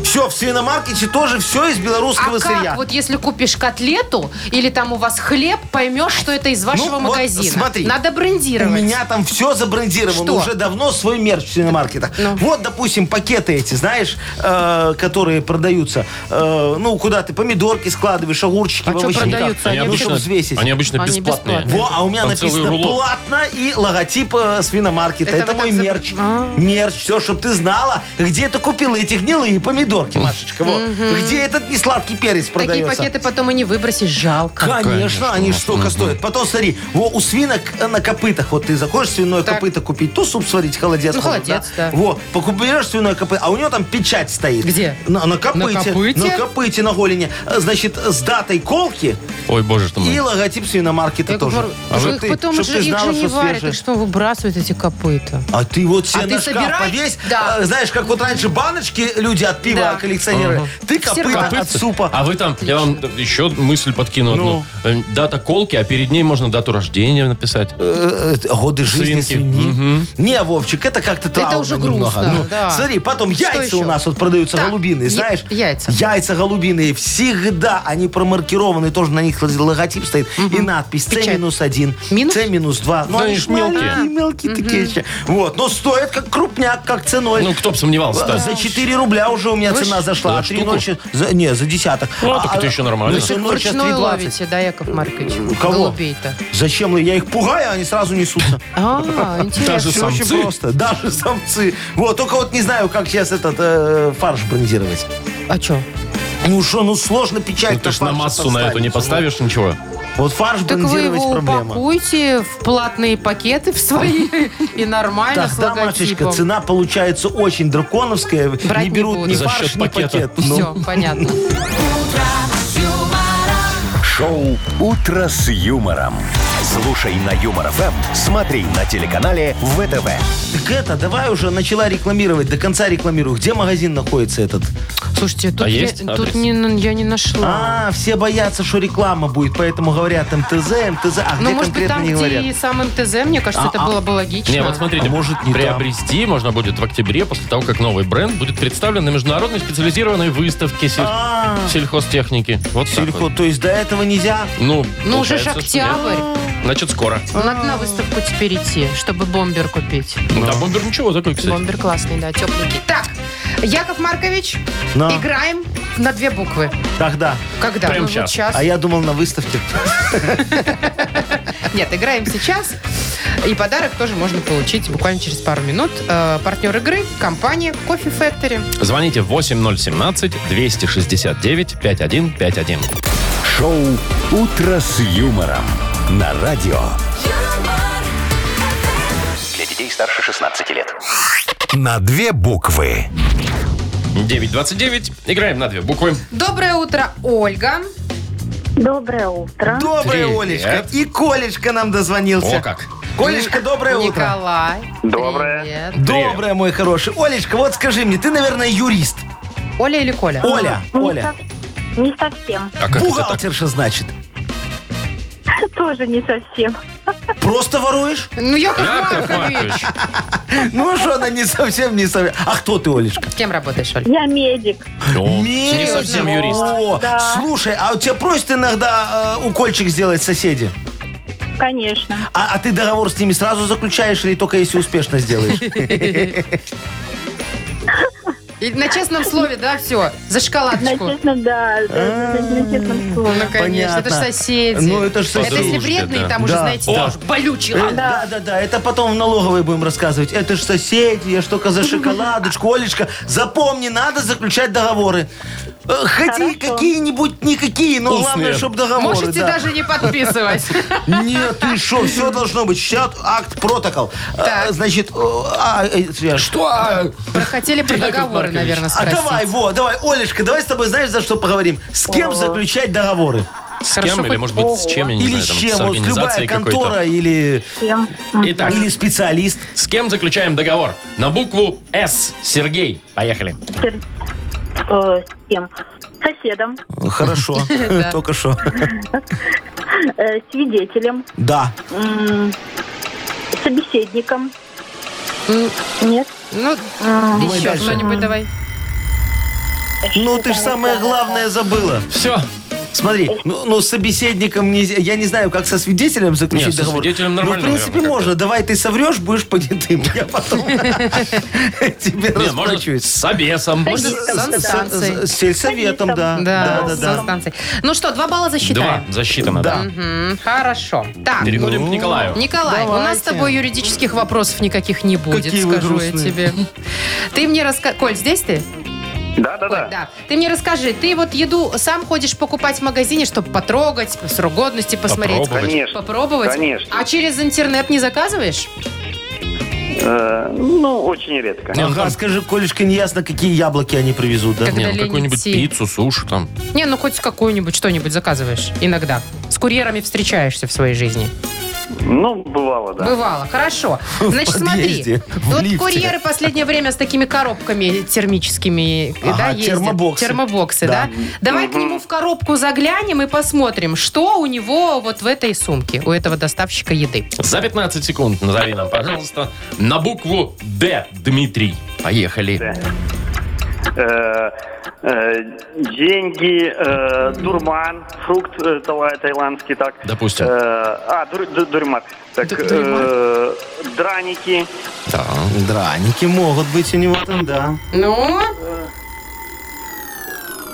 S4: Все, в свиномаркете тоже все из белорусского
S3: а
S4: сырья.
S3: как? Вот если купишь котлету или там у вас хлеб, поймешь, что это из вашего
S4: Ну вот
S3: магазина.
S4: смотри.
S3: Надо
S4: У
S3: брендировать.
S4: меня там все забрендировано.
S3: Что?
S4: Уже давно свой мерч в свиномаркетах.
S3: Ну.
S4: Вот, допустим, пакеты эти, знаешь, э, которые продаются. э, ну, куда ты помидорки складываешь, огурчики,
S3: А чё
S4: овощниках.
S3: продаются? Они
S4: Ну,
S3: обычно-
S4: чтобы взвесить.
S2: они обычно
S3: Они
S2: бесплатные.
S3: бесплатные.
S4: Во, а у меня
S2: Там целый
S4: написано
S2: рулон.
S4: платно и логотип э, свиномаркета.
S3: Это
S4: Это,
S3: вы
S4: мой
S3: так заб-
S4: мерч.
S3: А.
S4: Мерч, все, чтобы ты знала, где ты купила эти гнилые пятерки, Машечка. Вот. Где этот несладкий перец
S3: Такие
S4: продается?
S3: пакеты потом и не выбросишь, жалко.
S4: Конечно, они ж столько стоят. Потом смотри, во, у свинок э, на копытах, вот ты заходишь свиное
S3: Так.
S4: копыто купить, то суп сварить, холодец.
S3: Ну,
S4: холод,
S3: холодец, да.
S4: Во, покупаешь свиное копыто, а у него там печать стоит.
S3: Где?
S4: На, на копыте.
S3: На копыте?
S4: На копыте, на голени. Э, Значит, с датой колки
S2: Ой, боже ты
S4: и
S2: мой.
S4: логотип свиномаркета
S3: Я
S4: тоже.
S3: говорю,
S4: Чтоб
S3: их потом
S4: чтоб
S3: же,
S4: ты
S3: их
S4: знала,
S3: же не
S4: что
S3: варят,
S4: свежее.
S3: их что выбрасывают эти копыта?
S4: А ты вот себе
S3: А ты
S4: на шкаф
S3: собирай?
S4: повесь,
S3: Да.
S4: э, знаешь, как вот раньше баночки люди от пива
S3: Да.
S4: коллекционеры. Ты копыта
S3: Копытца.
S4: от супа.
S2: А вы там, я вам еще мысль подкину одну. Э, Дата колки, а перед ней можно дату рождения написать.
S4: Э, э, годы жизни
S2: Свинки.
S4: свиньи. Не, Вовчик, это как-то травма
S3: уже
S4: немного.
S3: грустно,
S4: Ну,
S3: да.
S4: Смотри, потом
S3: Что
S4: яйца
S3: еще?
S4: у нас вот продаются
S3: Так,
S4: голубиные,
S3: я-
S4: знаешь?
S3: яйца.
S4: Яйца голубиные. Всегда они промаркированы, тоже на них логотип стоит и надпись
S3: Печать.
S4: С-1,
S3: Минус?
S4: С-2. Ну,
S2: Да,
S4: они
S2: они
S4: ж
S2: ж мелкие.
S4: маленькие, мелкие такие еще. Вот, но стоят как крупняк, как ценой. Э,
S2: Ну, кто бы сомневался-то.
S4: За 4 рубля уже у меня цена зашла.
S2: Да,
S4: а три
S2: штуку?
S4: ночи... за- не, за десяток.
S2: А, так это еще нормально.
S4: Ну, сегодня ночь сейчас
S3: Вручную
S4: 3.20.
S3: ловите, да, Яков Маркович?
S4: Э, Кого?
S3: Голубей-то.
S4: Зачем? Я их пугаю, а они сразу несутся. [LAUGHS]
S3: А,
S2: Даже
S3: интересно.
S4: Все очень
S2: самцы?
S4: просто. Даже самцы. Вот, только вот не знаю, как сейчас этот э, фарш бронзировать.
S3: А что?
S4: Ну что, ну сложно печать.
S2: Ну, ты ж на
S4: фарш
S2: массу на эту не
S4: подставить.
S2: поставишь ничего.
S4: Вот фарш
S3: Так вы
S4: бронзировать
S3: его
S4: проблема.
S3: упакуйте в платные пакеты в
S4: [LAUGHS]
S3: свои и нормально с
S4: Тогда, Машечка,
S3: логотипом.
S4: цена получается очень драконовская.
S3: Брать не
S4: не берут
S3: буду.
S4: ни
S2: За
S4: фарш,
S2: счет
S4: ни
S2: пакета.
S4: пакет. Ну,
S3: Все, понятно.
S1: Шоу «Утро с юмором». Слушай на Юмор ФМ, смотри на телеканале ВТВ.
S4: Так это, давай уже начала рекламировать, до конца рекламирую. Где магазин находится этот?
S3: Слушайте, тут,
S2: А
S3: я,
S2: есть адрес?
S3: тут не, я не нашла.
S4: А, все боятся, что реклама будет, поэтому говорят МТЗ, МТЗ. А
S3: ну,
S4: где
S3: может быть,
S4: конкретно
S3: там,
S4: не
S3: где
S4: говорят?
S3: и сам МТЗ, мне кажется, это было бы логично.
S2: А, Не, вот смотрите,
S4: А может, не
S2: приобрести можно будет в октябре, после того, как новый бренд будет представлен на международной специализированной выставке сель-
S4: А.
S2: сельхозтехники. Вот так
S4: Сельхо-
S2: вот.
S4: То есть до этого нельзя?
S2: Ну,
S3: Ну, уже ж
S2: получается, что нет.
S3: октябрь. Ну,
S2: Значит, скоро.
S3: Надо на выставку теперь идти, чтобы бомбер купить.
S2: Ну, Да, бомбер ничего такой, кстати.
S3: Бомбер классный, да, тепленький. Так, Яков Маркович,
S4: Да.
S3: играем на две буквы.
S4: Тогда.
S3: Когда?
S2: Прямо
S3: ну, вот
S2: щас.
S3: щас.
S4: А я думал на выставке.
S3: Нет, играем сейчас. И подарок тоже можно получить буквально через пару минут. Э, партнер игры – компания Coffee Factory.
S2: Звоните 8017-269-5151.
S1: Шоу «Утро с юмором» на радио.
S6: Для детей старше 16 лет.
S1: На две буквы.
S2: 929. Играем на две буквы.
S3: Доброе утро, Ольга.
S5: Доброе утро.
S4: Доброе,
S2: Привет.
S4: Олечка. И Колечка нам дозвонился.
S2: О, как.
S4: Колечка, доброе утро.
S3: Николай.
S6: Доброе.
S3: Привет.
S4: Доброе, мой хороший. Олечка, вот скажи мне, ты, наверное, юрист.
S3: Оля или Коля?
S4: Оля,
S3: Ну,
S4: Оля.
S5: Не совсем.
S2: А как это так?
S4: Бухгалтерша, значит.
S5: Тоже не совсем.
S4: Просто воруешь?
S3: Ну, Яков
S2: Яков
S3: Маркович.
S2: Маркович.
S4: Ну что, она не совсем, не совсем. А кто ты, Олечка?
S3: Кем работаешь, Оля?
S5: Я медик.
S2: О, Не
S4: Медик.
S2: совсем юрист.
S4: О,
S5: Да.
S4: Слушай, а у тебя просят иногда э, укольчик сделать соседи?
S5: Конечно.
S4: А, а ты договор с ними сразу заключаешь или только если успешно сделаешь?
S3: И на честном слове, да, все. За
S5: На
S3: шоколадочку.
S5: честном, да, да, да, на честном
S3: [LAUGHS] Ну,
S5: слове.
S3: конечно, это же
S4: понятно.
S3: соседи.
S4: Ну, это же
S3: Это если
S2: Подружки,
S3: вредные,
S2: да.
S3: там уже,
S4: Да.
S3: знаете,
S2: О.
S3: там уже болючий.
S4: Э, Да, да, да. Это потом в налоговой будем рассказывать. Это ж соседи, я ж только за шоколадочку. Олечка, запомни, надо заключать договоры. Э, Ходи
S5: Хорошо.
S4: какие-нибудь, никакие, но главное,
S2: Устные.
S4: чтобы договоры.
S3: Можете
S4: да.
S3: даже
S2: [LAUGHS]
S3: не подписывать.
S4: Нет, ты что, все должно быть. Счет, акт, протокол. Э,
S3: Так.
S4: Значит, э, а, э, я ж-
S2: Что?
S3: Про- Хотели про договоры,
S2: Маркович.
S3: наверное,
S4: А
S3: спросить.
S4: давай, во, давай, Олечка, давай с тобой, знаешь, за что поговорим? С кем заключать договоры?
S2: С
S3: Хорошо,
S2: кем или,
S3: хоть-
S2: может быть, с чем, я не
S4: Или
S2: знаю,
S4: с
S2: там,
S4: чем?
S2: с
S4: Вот любая
S2: организацией
S4: контора
S2: какой-то.
S4: или,
S5: Всем.
S2: Итак,
S4: или специалист.
S2: с кем заключаем договор? На букву «С». Сергей, поехали.
S5: Сер- э, с кем? Соседом,
S4: Хорошо, только что.
S5: э, свидетелем,
S4: Да.
S5: м, собеседником.
S3: М,
S5: Нет?
S3: Ну,
S4: Думай
S3: еще
S4: дальше.
S3: что-нибудь давай.
S4: Ну, ты ж самое главное забыла.
S2: Все.
S4: Смотри, ну, ну, с собеседником нельзя. Я не знаю, как со свидетелем заключить
S2: Нет, со
S4: договор.
S2: свидетелем нормально,
S4: Ну, в принципе,
S2: наверное,
S4: можно. Давай ты соврешь, будешь понятым.
S3: [LAUGHS]
S4: Я потом тебе
S2: Не, можно
S4: расплачусь.
S2: с обесом.
S3: Можно с санстанцией.
S4: С сельсоветом, да.
S3: Да,
S4: Да, да,
S3: с
S4: да.
S3: санстанцией. Ну что, два балла
S2: Два.
S3: засчитаем. Ну,
S2: Засчитано, да.
S3: Мгм, Хорошо. Так,
S2: Переходим к Николаю.
S3: Николай, у нас с тобой юридических вопросов никаких не будет,
S4: Какие вы
S3: скажу я
S4: грустные.
S3: тебе. Ты мне расскажи... Коль, здесь ты?
S6: Да, да,
S3: Ой,
S6: да.
S3: да. Ты мне расскажи, ты вот еду сам ходишь покупать в магазине, чтобы потрогать, срок годности посмотреть,
S2: Попробовать.
S6: Конечно.
S3: попробовать?
S6: Конечно.
S3: А через интернет не заказываешь?
S6: Э, ну, очень редко.
S2: Не, ну,
S4: Ага,
S2: там-
S4: скажи, колечко, неясно, какие яблоки они привезут, да?
S3: Как-
S2: не, ну,
S3: Когда
S2: какую-нибудь
S3: лень идти.
S2: пиццу, суши там.
S3: Не, ну хоть какую-нибудь что-нибудь заказываешь иногда. С курьерами встречаешься в своей жизни.
S6: Ну, бывало, да.
S3: Бывало.
S4: [LAUGHS]
S3: Хорошо. Значит,
S4: подъезде,
S3: смотри.
S4: в
S3: вот
S4: лифте.
S3: курьеры последнее время с такими коробками термическими э,
S4: Ага,
S3: да, ездят.
S4: термобоксы.
S3: Термобоксы, да.
S4: Да.
S3: Давай к нему в коробку заглянем и посмотрим, что у него вот в этой сумке, у этого доставщика еды.
S2: За 15 секунд назови нам, пожалуйста, на букву «Д», Дмитрий. Поехали.
S6: Да. Э, э, деньги, э, дурман, фрукт э, тала- тайландский, так.
S2: Допустим.
S6: Э, а, дур- ду- дурман. Так,
S3: Ду- дурман.
S6: э, драники.
S2: Да.
S4: Драники могут быть у него там, да.
S3: Ну,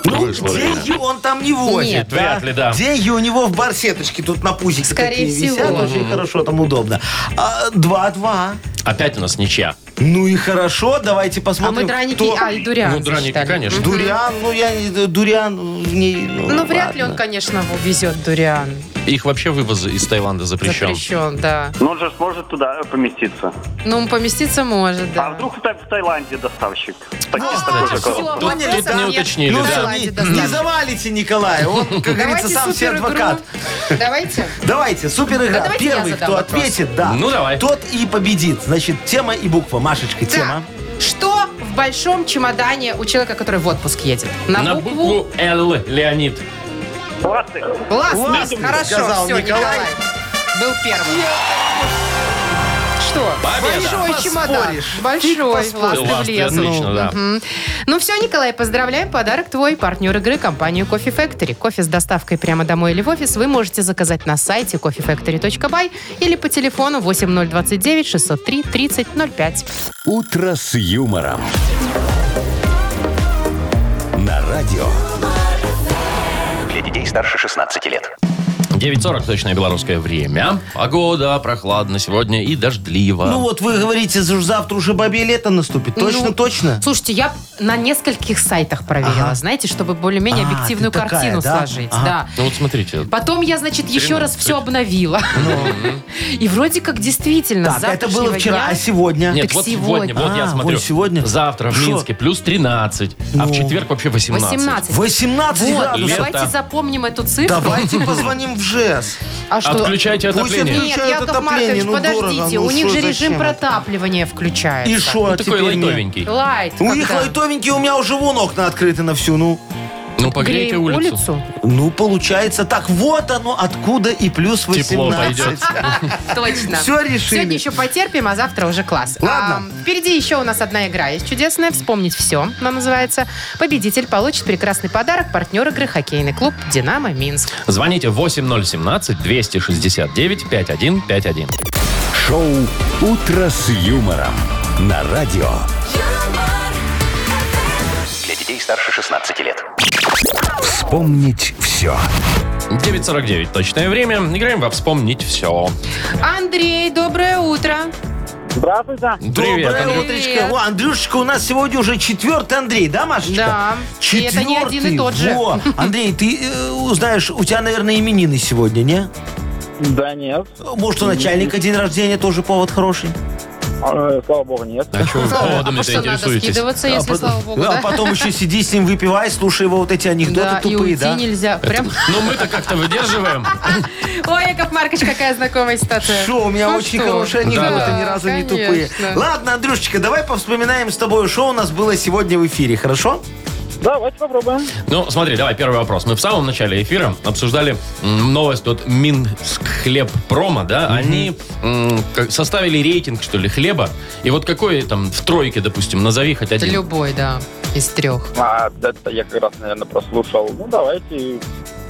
S4: Ну,
S2: Вышло
S4: деньги он там не возит.
S3: Нет,
S2: вряд ли, да.
S4: Деньги у него в барсеточке тут на пузике
S3: Скорее
S4: такие
S3: всего.
S4: висят, очень хорошо, там удобно. А, Два-два.
S2: Опять у нас ничья.
S4: Ну и хорошо, давайте
S3: а мы
S4: посмотрим,
S3: драники,
S4: кто-
S3: а, и дуриан
S2: Ну, драники,
S3: засчитали.
S2: конечно.
S3: Мгм.
S4: Дуриан, ну я не... Дуриан в ней... Ну,
S3: Ну, вряд ли он,
S4: ладно.
S3: конечно, везет дуриан.
S2: Их вообще вывоз из Таиланда запрещен.
S3: Запрещен, да.
S6: Но Ну, он же сможет туда поместиться.
S3: Ну, поместиться может, да.
S6: А вдруг в, Та- в Таиланде доставщик? Так-
S3: А,
S6: такой же
S3: всё,
S6: коробок.
S2: Тут-
S3: вопросов
S2: тут не
S3: нет.
S2: уточнили,
S3: Ну,
S2: да.
S4: Всё,
S3: давайте
S4: не,
S3: доставим.
S4: не завалите Николая, он, как говорится,
S3: Давайте
S4: сам себе
S3: суперигру.
S4: адвокат.
S3: Давайте.
S4: Давайте, супер игра.
S3: Ну, давайте я
S4: Первый,
S3: задам
S4: кто
S3: вопрос.
S4: ответит, да.
S2: Ну, давай.
S4: Тот и победит. Значит, тема и буква. Машечка, тема.
S3: Так, Что в большом чемодане у человека, который в отпуск едет? На,
S2: На букву «Л», Леонид.
S6: Пластик.
S3: Лас,
S4: Лас,
S3: хорошо,
S4: сказал
S3: все,
S4: Николай.
S3: Николай. Был первым. Что? Большой чемодан.
S4: Поспоришь.
S3: Большой. Лас, ты
S2: Лас, ты
S3: влез.
S2: отлично,
S3: Ну,
S2: да.
S3: мгм. Ну все, Николай, поздравляем. Подарок твой. Партнер игры – компанию Coffee Factory. Кофе с доставкой прямо домой или в офис вы можете заказать на сайте coffeefactory.by или по телефону 8029 603 3005.
S1: «Утро с юмором». На радио.
S6: Для детей старше 16 лет.
S2: 9.40 точное белорусское время. Погода прохладно сегодня и дождливо.
S4: Ну вот вы говорите, ж- завтра уже бабе лето наступит. Точно,
S3: Ну,
S4: точно.
S3: Слушайте, я на нескольких сайтах проверила, знаете, чтобы более-менее
S4: А,
S3: объективную
S4: ты такая,
S3: картину
S4: да?
S3: сложить.
S4: Ага.
S3: Да.
S2: Ну вот смотрите.
S3: Потом я, значит, еще раз все обновила. [LAUGHS] И вроде как действительно с
S4: Ну. Так, это было
S3: завтрашнего
S4: вчера,
S3: дня-
S4: а сегодня?
S2: Нет,
S3: Так
S2: вот
S3: сегодня.
S2: сегодня, вот я
S4: А,
S2: смотрю.
S4: вот сегодня.
S2: Завтра в
S4: Шо?
S2: Минске плюс 13, а в
S4: Ну.
S2: четверг вообще 18.
S3: 18.
S4: 18
S3: Вот,
S4: градусов.
S2: лето.
S3: давайте запомним эту цифру.
S4: Давайте позвоним в ЖЭС.
S3: А что?
S2: Отключайте
S4: Пусть
S2: отопление.
S4: отключ-
S3: Нет,
S4: Включают
S3: Яков
S4: отопление,
S3: Маркович,
S4: ну,
S3: подождите,
S4: дорого, ну,
S3: у них
S4: шо,
S3: же режим
S4: зачем?
S3: протапливания включается.
S4: И шо
S2: Ну, такой
S4: теперь мне?
S2: лайтовенький.
S3: Лайт.
S4: У
S3: когда?
S4: них лайтовенький, у меня уже вон окна открыты на всю, ну.
S2: Ну, погрейте
S3: Греем
S2: улицу.
S3: улицу.
S4: Ну, получается так. Вот оно, откуда и плюс 18.
S2: Тепло пойдет.
S3: Точно.
S4: [LAUGHS] Всё решили.
S3: Сегодня еще потерпим, а завтра уже класс.
S4: Ладно.
S3: А, впереди еще у нас одна игра есть чудесная. Вспомнить все, она называется. Победитель получит прекрасный подарок. Партнер игры хоккейный клуб «Динамо Минск».
S2: Звоните 8017-269-5151.
S1: Шоу «Утро с юмором». На радио.
S6: Для детей старше 16 лет.
S1: Вспомнить все.
S2: 9.49 точное время. Играем во «Вспомнить все».
S3: Андрей, доброе утро.
S5: Здравствуйте.
S2: Привет,
S4: Доброе
S2: Андрей.
S4: утречко. О, Андрюшечка, у нас сегодня уже четвертый Андрей, да, Машечка?
S3: Да. И это не один и тот же. [LAUGHS]
S4: Во. Андрей, ты э, узнаешь, у тебя, наверное, именины сегодня, не?
S5: Да нет,
S4: Может, у начальника день рождения тоже повод хороший?
S5: Э, слава богу, нет.
S2: А чё вы
S3: а
S2: поводами-то
S3: что, надо
S2: интересуетесь?
S3: скидываться, если,
S4: пот-
S3: слава богу,
S4: а
S3: да?
S4: потом еще сиди с ним, выпивай, слушай его вот эти анекдоты
S3: Да, и
S4: тупые,
S3: уйти
S4: да?
S3: нельзя. Прям...
S2: Ну, мы-то как-то выдерживаем.
S3: Ой, Яков Маркович, какая знакомая ситуация.
S4: Шо, у меня
S3: Ну
S4: очень
S3: что?
S4: хорошие анекдоты,
S3: Да,
S4: ни разу не тупые.
S3: конечно.
S4: Ладно, Андрюшечка, давай повспоминаем с тобой, что у нас было сегодня в эфире, хорошо?
S5: Давайте попробуем.
S2: Ну, смотри, давай первый вопрос. Мы в самом начале эфира обсуждали м, новость от Минск хлеб промо, да? Они м, как- составили рейтинг, что ли, хлеба. И вот какой там в тройке, допустим, назови хоть
S3: Это
S2: один.
S3: любой, да, из трех.
S5: А, да, это я как раз, наверное, прослушал. Ну, давайте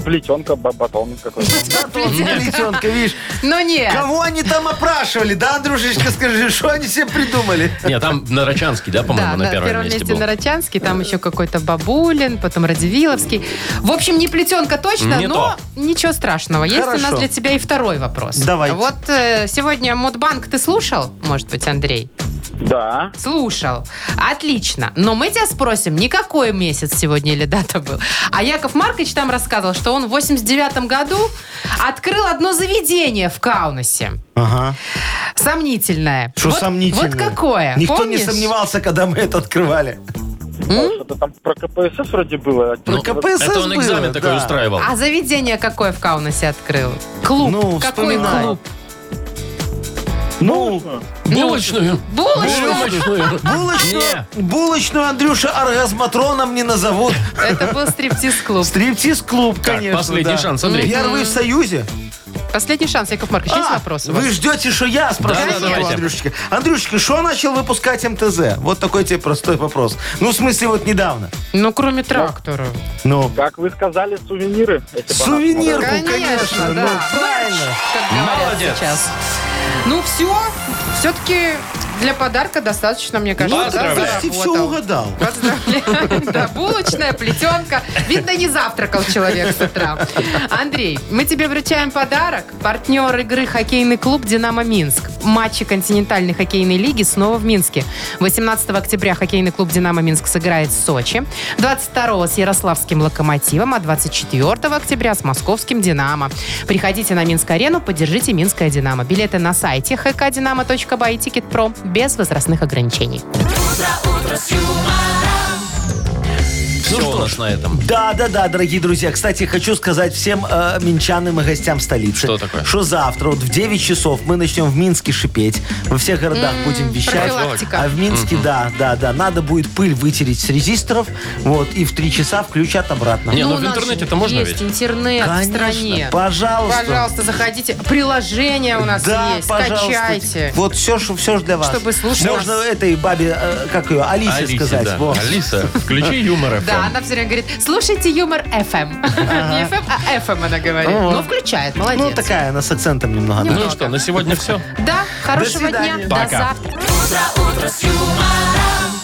S9: плетенка, ба- батон какой-то.
S4: Плетенка, видишь?
S3: Ну нет.
S4: Кого они там опрашивали, да, Андрюшечка, скажи, что они себе придумали?
S2: Нет, там Нарочанский, да, по-моему,
S3: Да,
S2: на
S3: на
S2: первом месте, был.
S3: Нарочанский, там еще какой-то Бабулин, потом Радивиловский. В общем, не плетенка точно,
S2: Не
S3: но
S2: то.
S3: ничего страшного. Есть у нас
S4: Хорошо.
S3: для тебя и второй вопрос.
S4: Давайте.
S3: Вот э, сегодня Модбанк ты слушал, может быть, Андрей?
S9: Да.
S3: Слушал. Отлично. Но мы тебя спросим, не какой месяц сегодня или дата был. А Яков Маркович там рассказывал, что он в 89 году открыл одно заведение в Каунасе.
S4: Ага.
S3: Сомнительное.
S4: Что
S3: Вот-
S4: сомнительное?
S3: Вот какое?
S4: Никто
S3: Помнишь?
S4: не сомневался, когда мы это открывали.
S9: А Что-то там про КПСС вроде было.
S4: Про КПСС
S2: Это он
S4: было,
S2: экзамен такой
S4: да.
S2: устраивал.
S3: А заведение какое в Каунасе открыл? Клуб.
S4: Ну,
S3: какой
S4: вспоминай.
S3: клуб?
S4: Ну,
S2: Булочную.
S3: Булочную.
S2: Булочную.
S4: булочную,
S2: Не.
S4: булочную Андрюша оргазматроном не назовут.
S3: Это был стриптиз-клуб.
S4: Стриптиз-клуб,
S2: Ну, Так,
S4: конечно.
S2: последний
S4: да.
S2: шанс, Андрей.
S4: Первый в Союзе.
S3: [LAUGHS] Последний шанс, Яков Маркович, есть
S4: А,
S3: вопросы? у вас?
S4: Вы ждете, что я спрошу
S2: Да, да,
S4: его,
S2: давайте.
S4: Андрюшечка. Андрюшечка, что начал выпускать МТЗ? Вот такой тебе простой вопрос. Ну, в смысле, вот недавно.
S3: Ну, кроме трактора.
S4: Ну.
S9: Как вы сказали, сувениры? эти бананы.
S4: Сувенирку,
S3: Ну, Конечно,
S4: конечно.
S3: да.
S4: Ну, правильно.
S3: Как говорят
S2: Молодец.
S3: сейчас. Ну, все. Все-таки для подарка достаточно, мне кажется. да,
S2: Поздравляю.
S4: Почти все
S3: заработал.
S4: угадал.
S3: Поздравляю. [LAUGHS] Да, булочная плетенка. Видно, не завтракал человек с утра. Андрей, мы тебе вручаем подарок. Партнер игры хоккейный клуб «Динамо Минск». Матчи континентальной хоккейной лиги снова в Минске. 18 октября хоккейный клуб «Динамо Минск» сыграет в Сочи. 22 с Ярославским «Локомотивом», а 24 октября с московским «Динамо». Приходите на Минск-арену, поддержите «Минское Динамо». Билеты на сайте hkdinamo.by и «Тикет.Про» без возрастных ограничений.
S4: Ну
S2: Все у нас на этом.
S4: Да, да, да, дорогие друзья. Кстати, хочу сказать всем э, минчанам и гостям столицы.
S2: Что такое?
S4: Что завтра вот в 9 часов мы начнем в Минске шипеть. Во всех городах будем вещать.
S3: профилактика.
S4: А в Минске, да, да, да. Надо будет пыль вытереть с резисторов. Вот, и в 3 часа включат обратно.
S2: Не, ну
S3: у
S2: в
S3: нас
S2: интернете это можно
S3: есть
S2: ведь?
S3: интернет
S4: Конечно,
S3: в стране.
S4: Пожалуйста.
S3: Пожалуйста, заходите. Приложение у нас
S4: Да,
S3: есть.
S4: пожалуйста.
S3: Скачайте.
S4: Вот все, что все ж для вас.
S3: Чтобы слушать
S4: Можно
S3: нас.
S4: этой бабе, э, как ее, Алисе,
S2: Алисе,
S4: сказать.
S2: да.
S4: во.
S2: Алиса, включи юмор эм. FM.
S3: Да, она все время говорит, слушайте юмор FM. [LAUGHS] Не FM, а FM она говорит.
S4: Ага.
S3: Ну, включает, молодец.
S4: Ну, такая она с акцентом немного. да.
S2: Ну что, на сегодня все.
S3: Да, хорошего дня.
S4: свидания.
S3: До
S2: Пока.
S3: завтра.
S10: Утро, утро с юмором.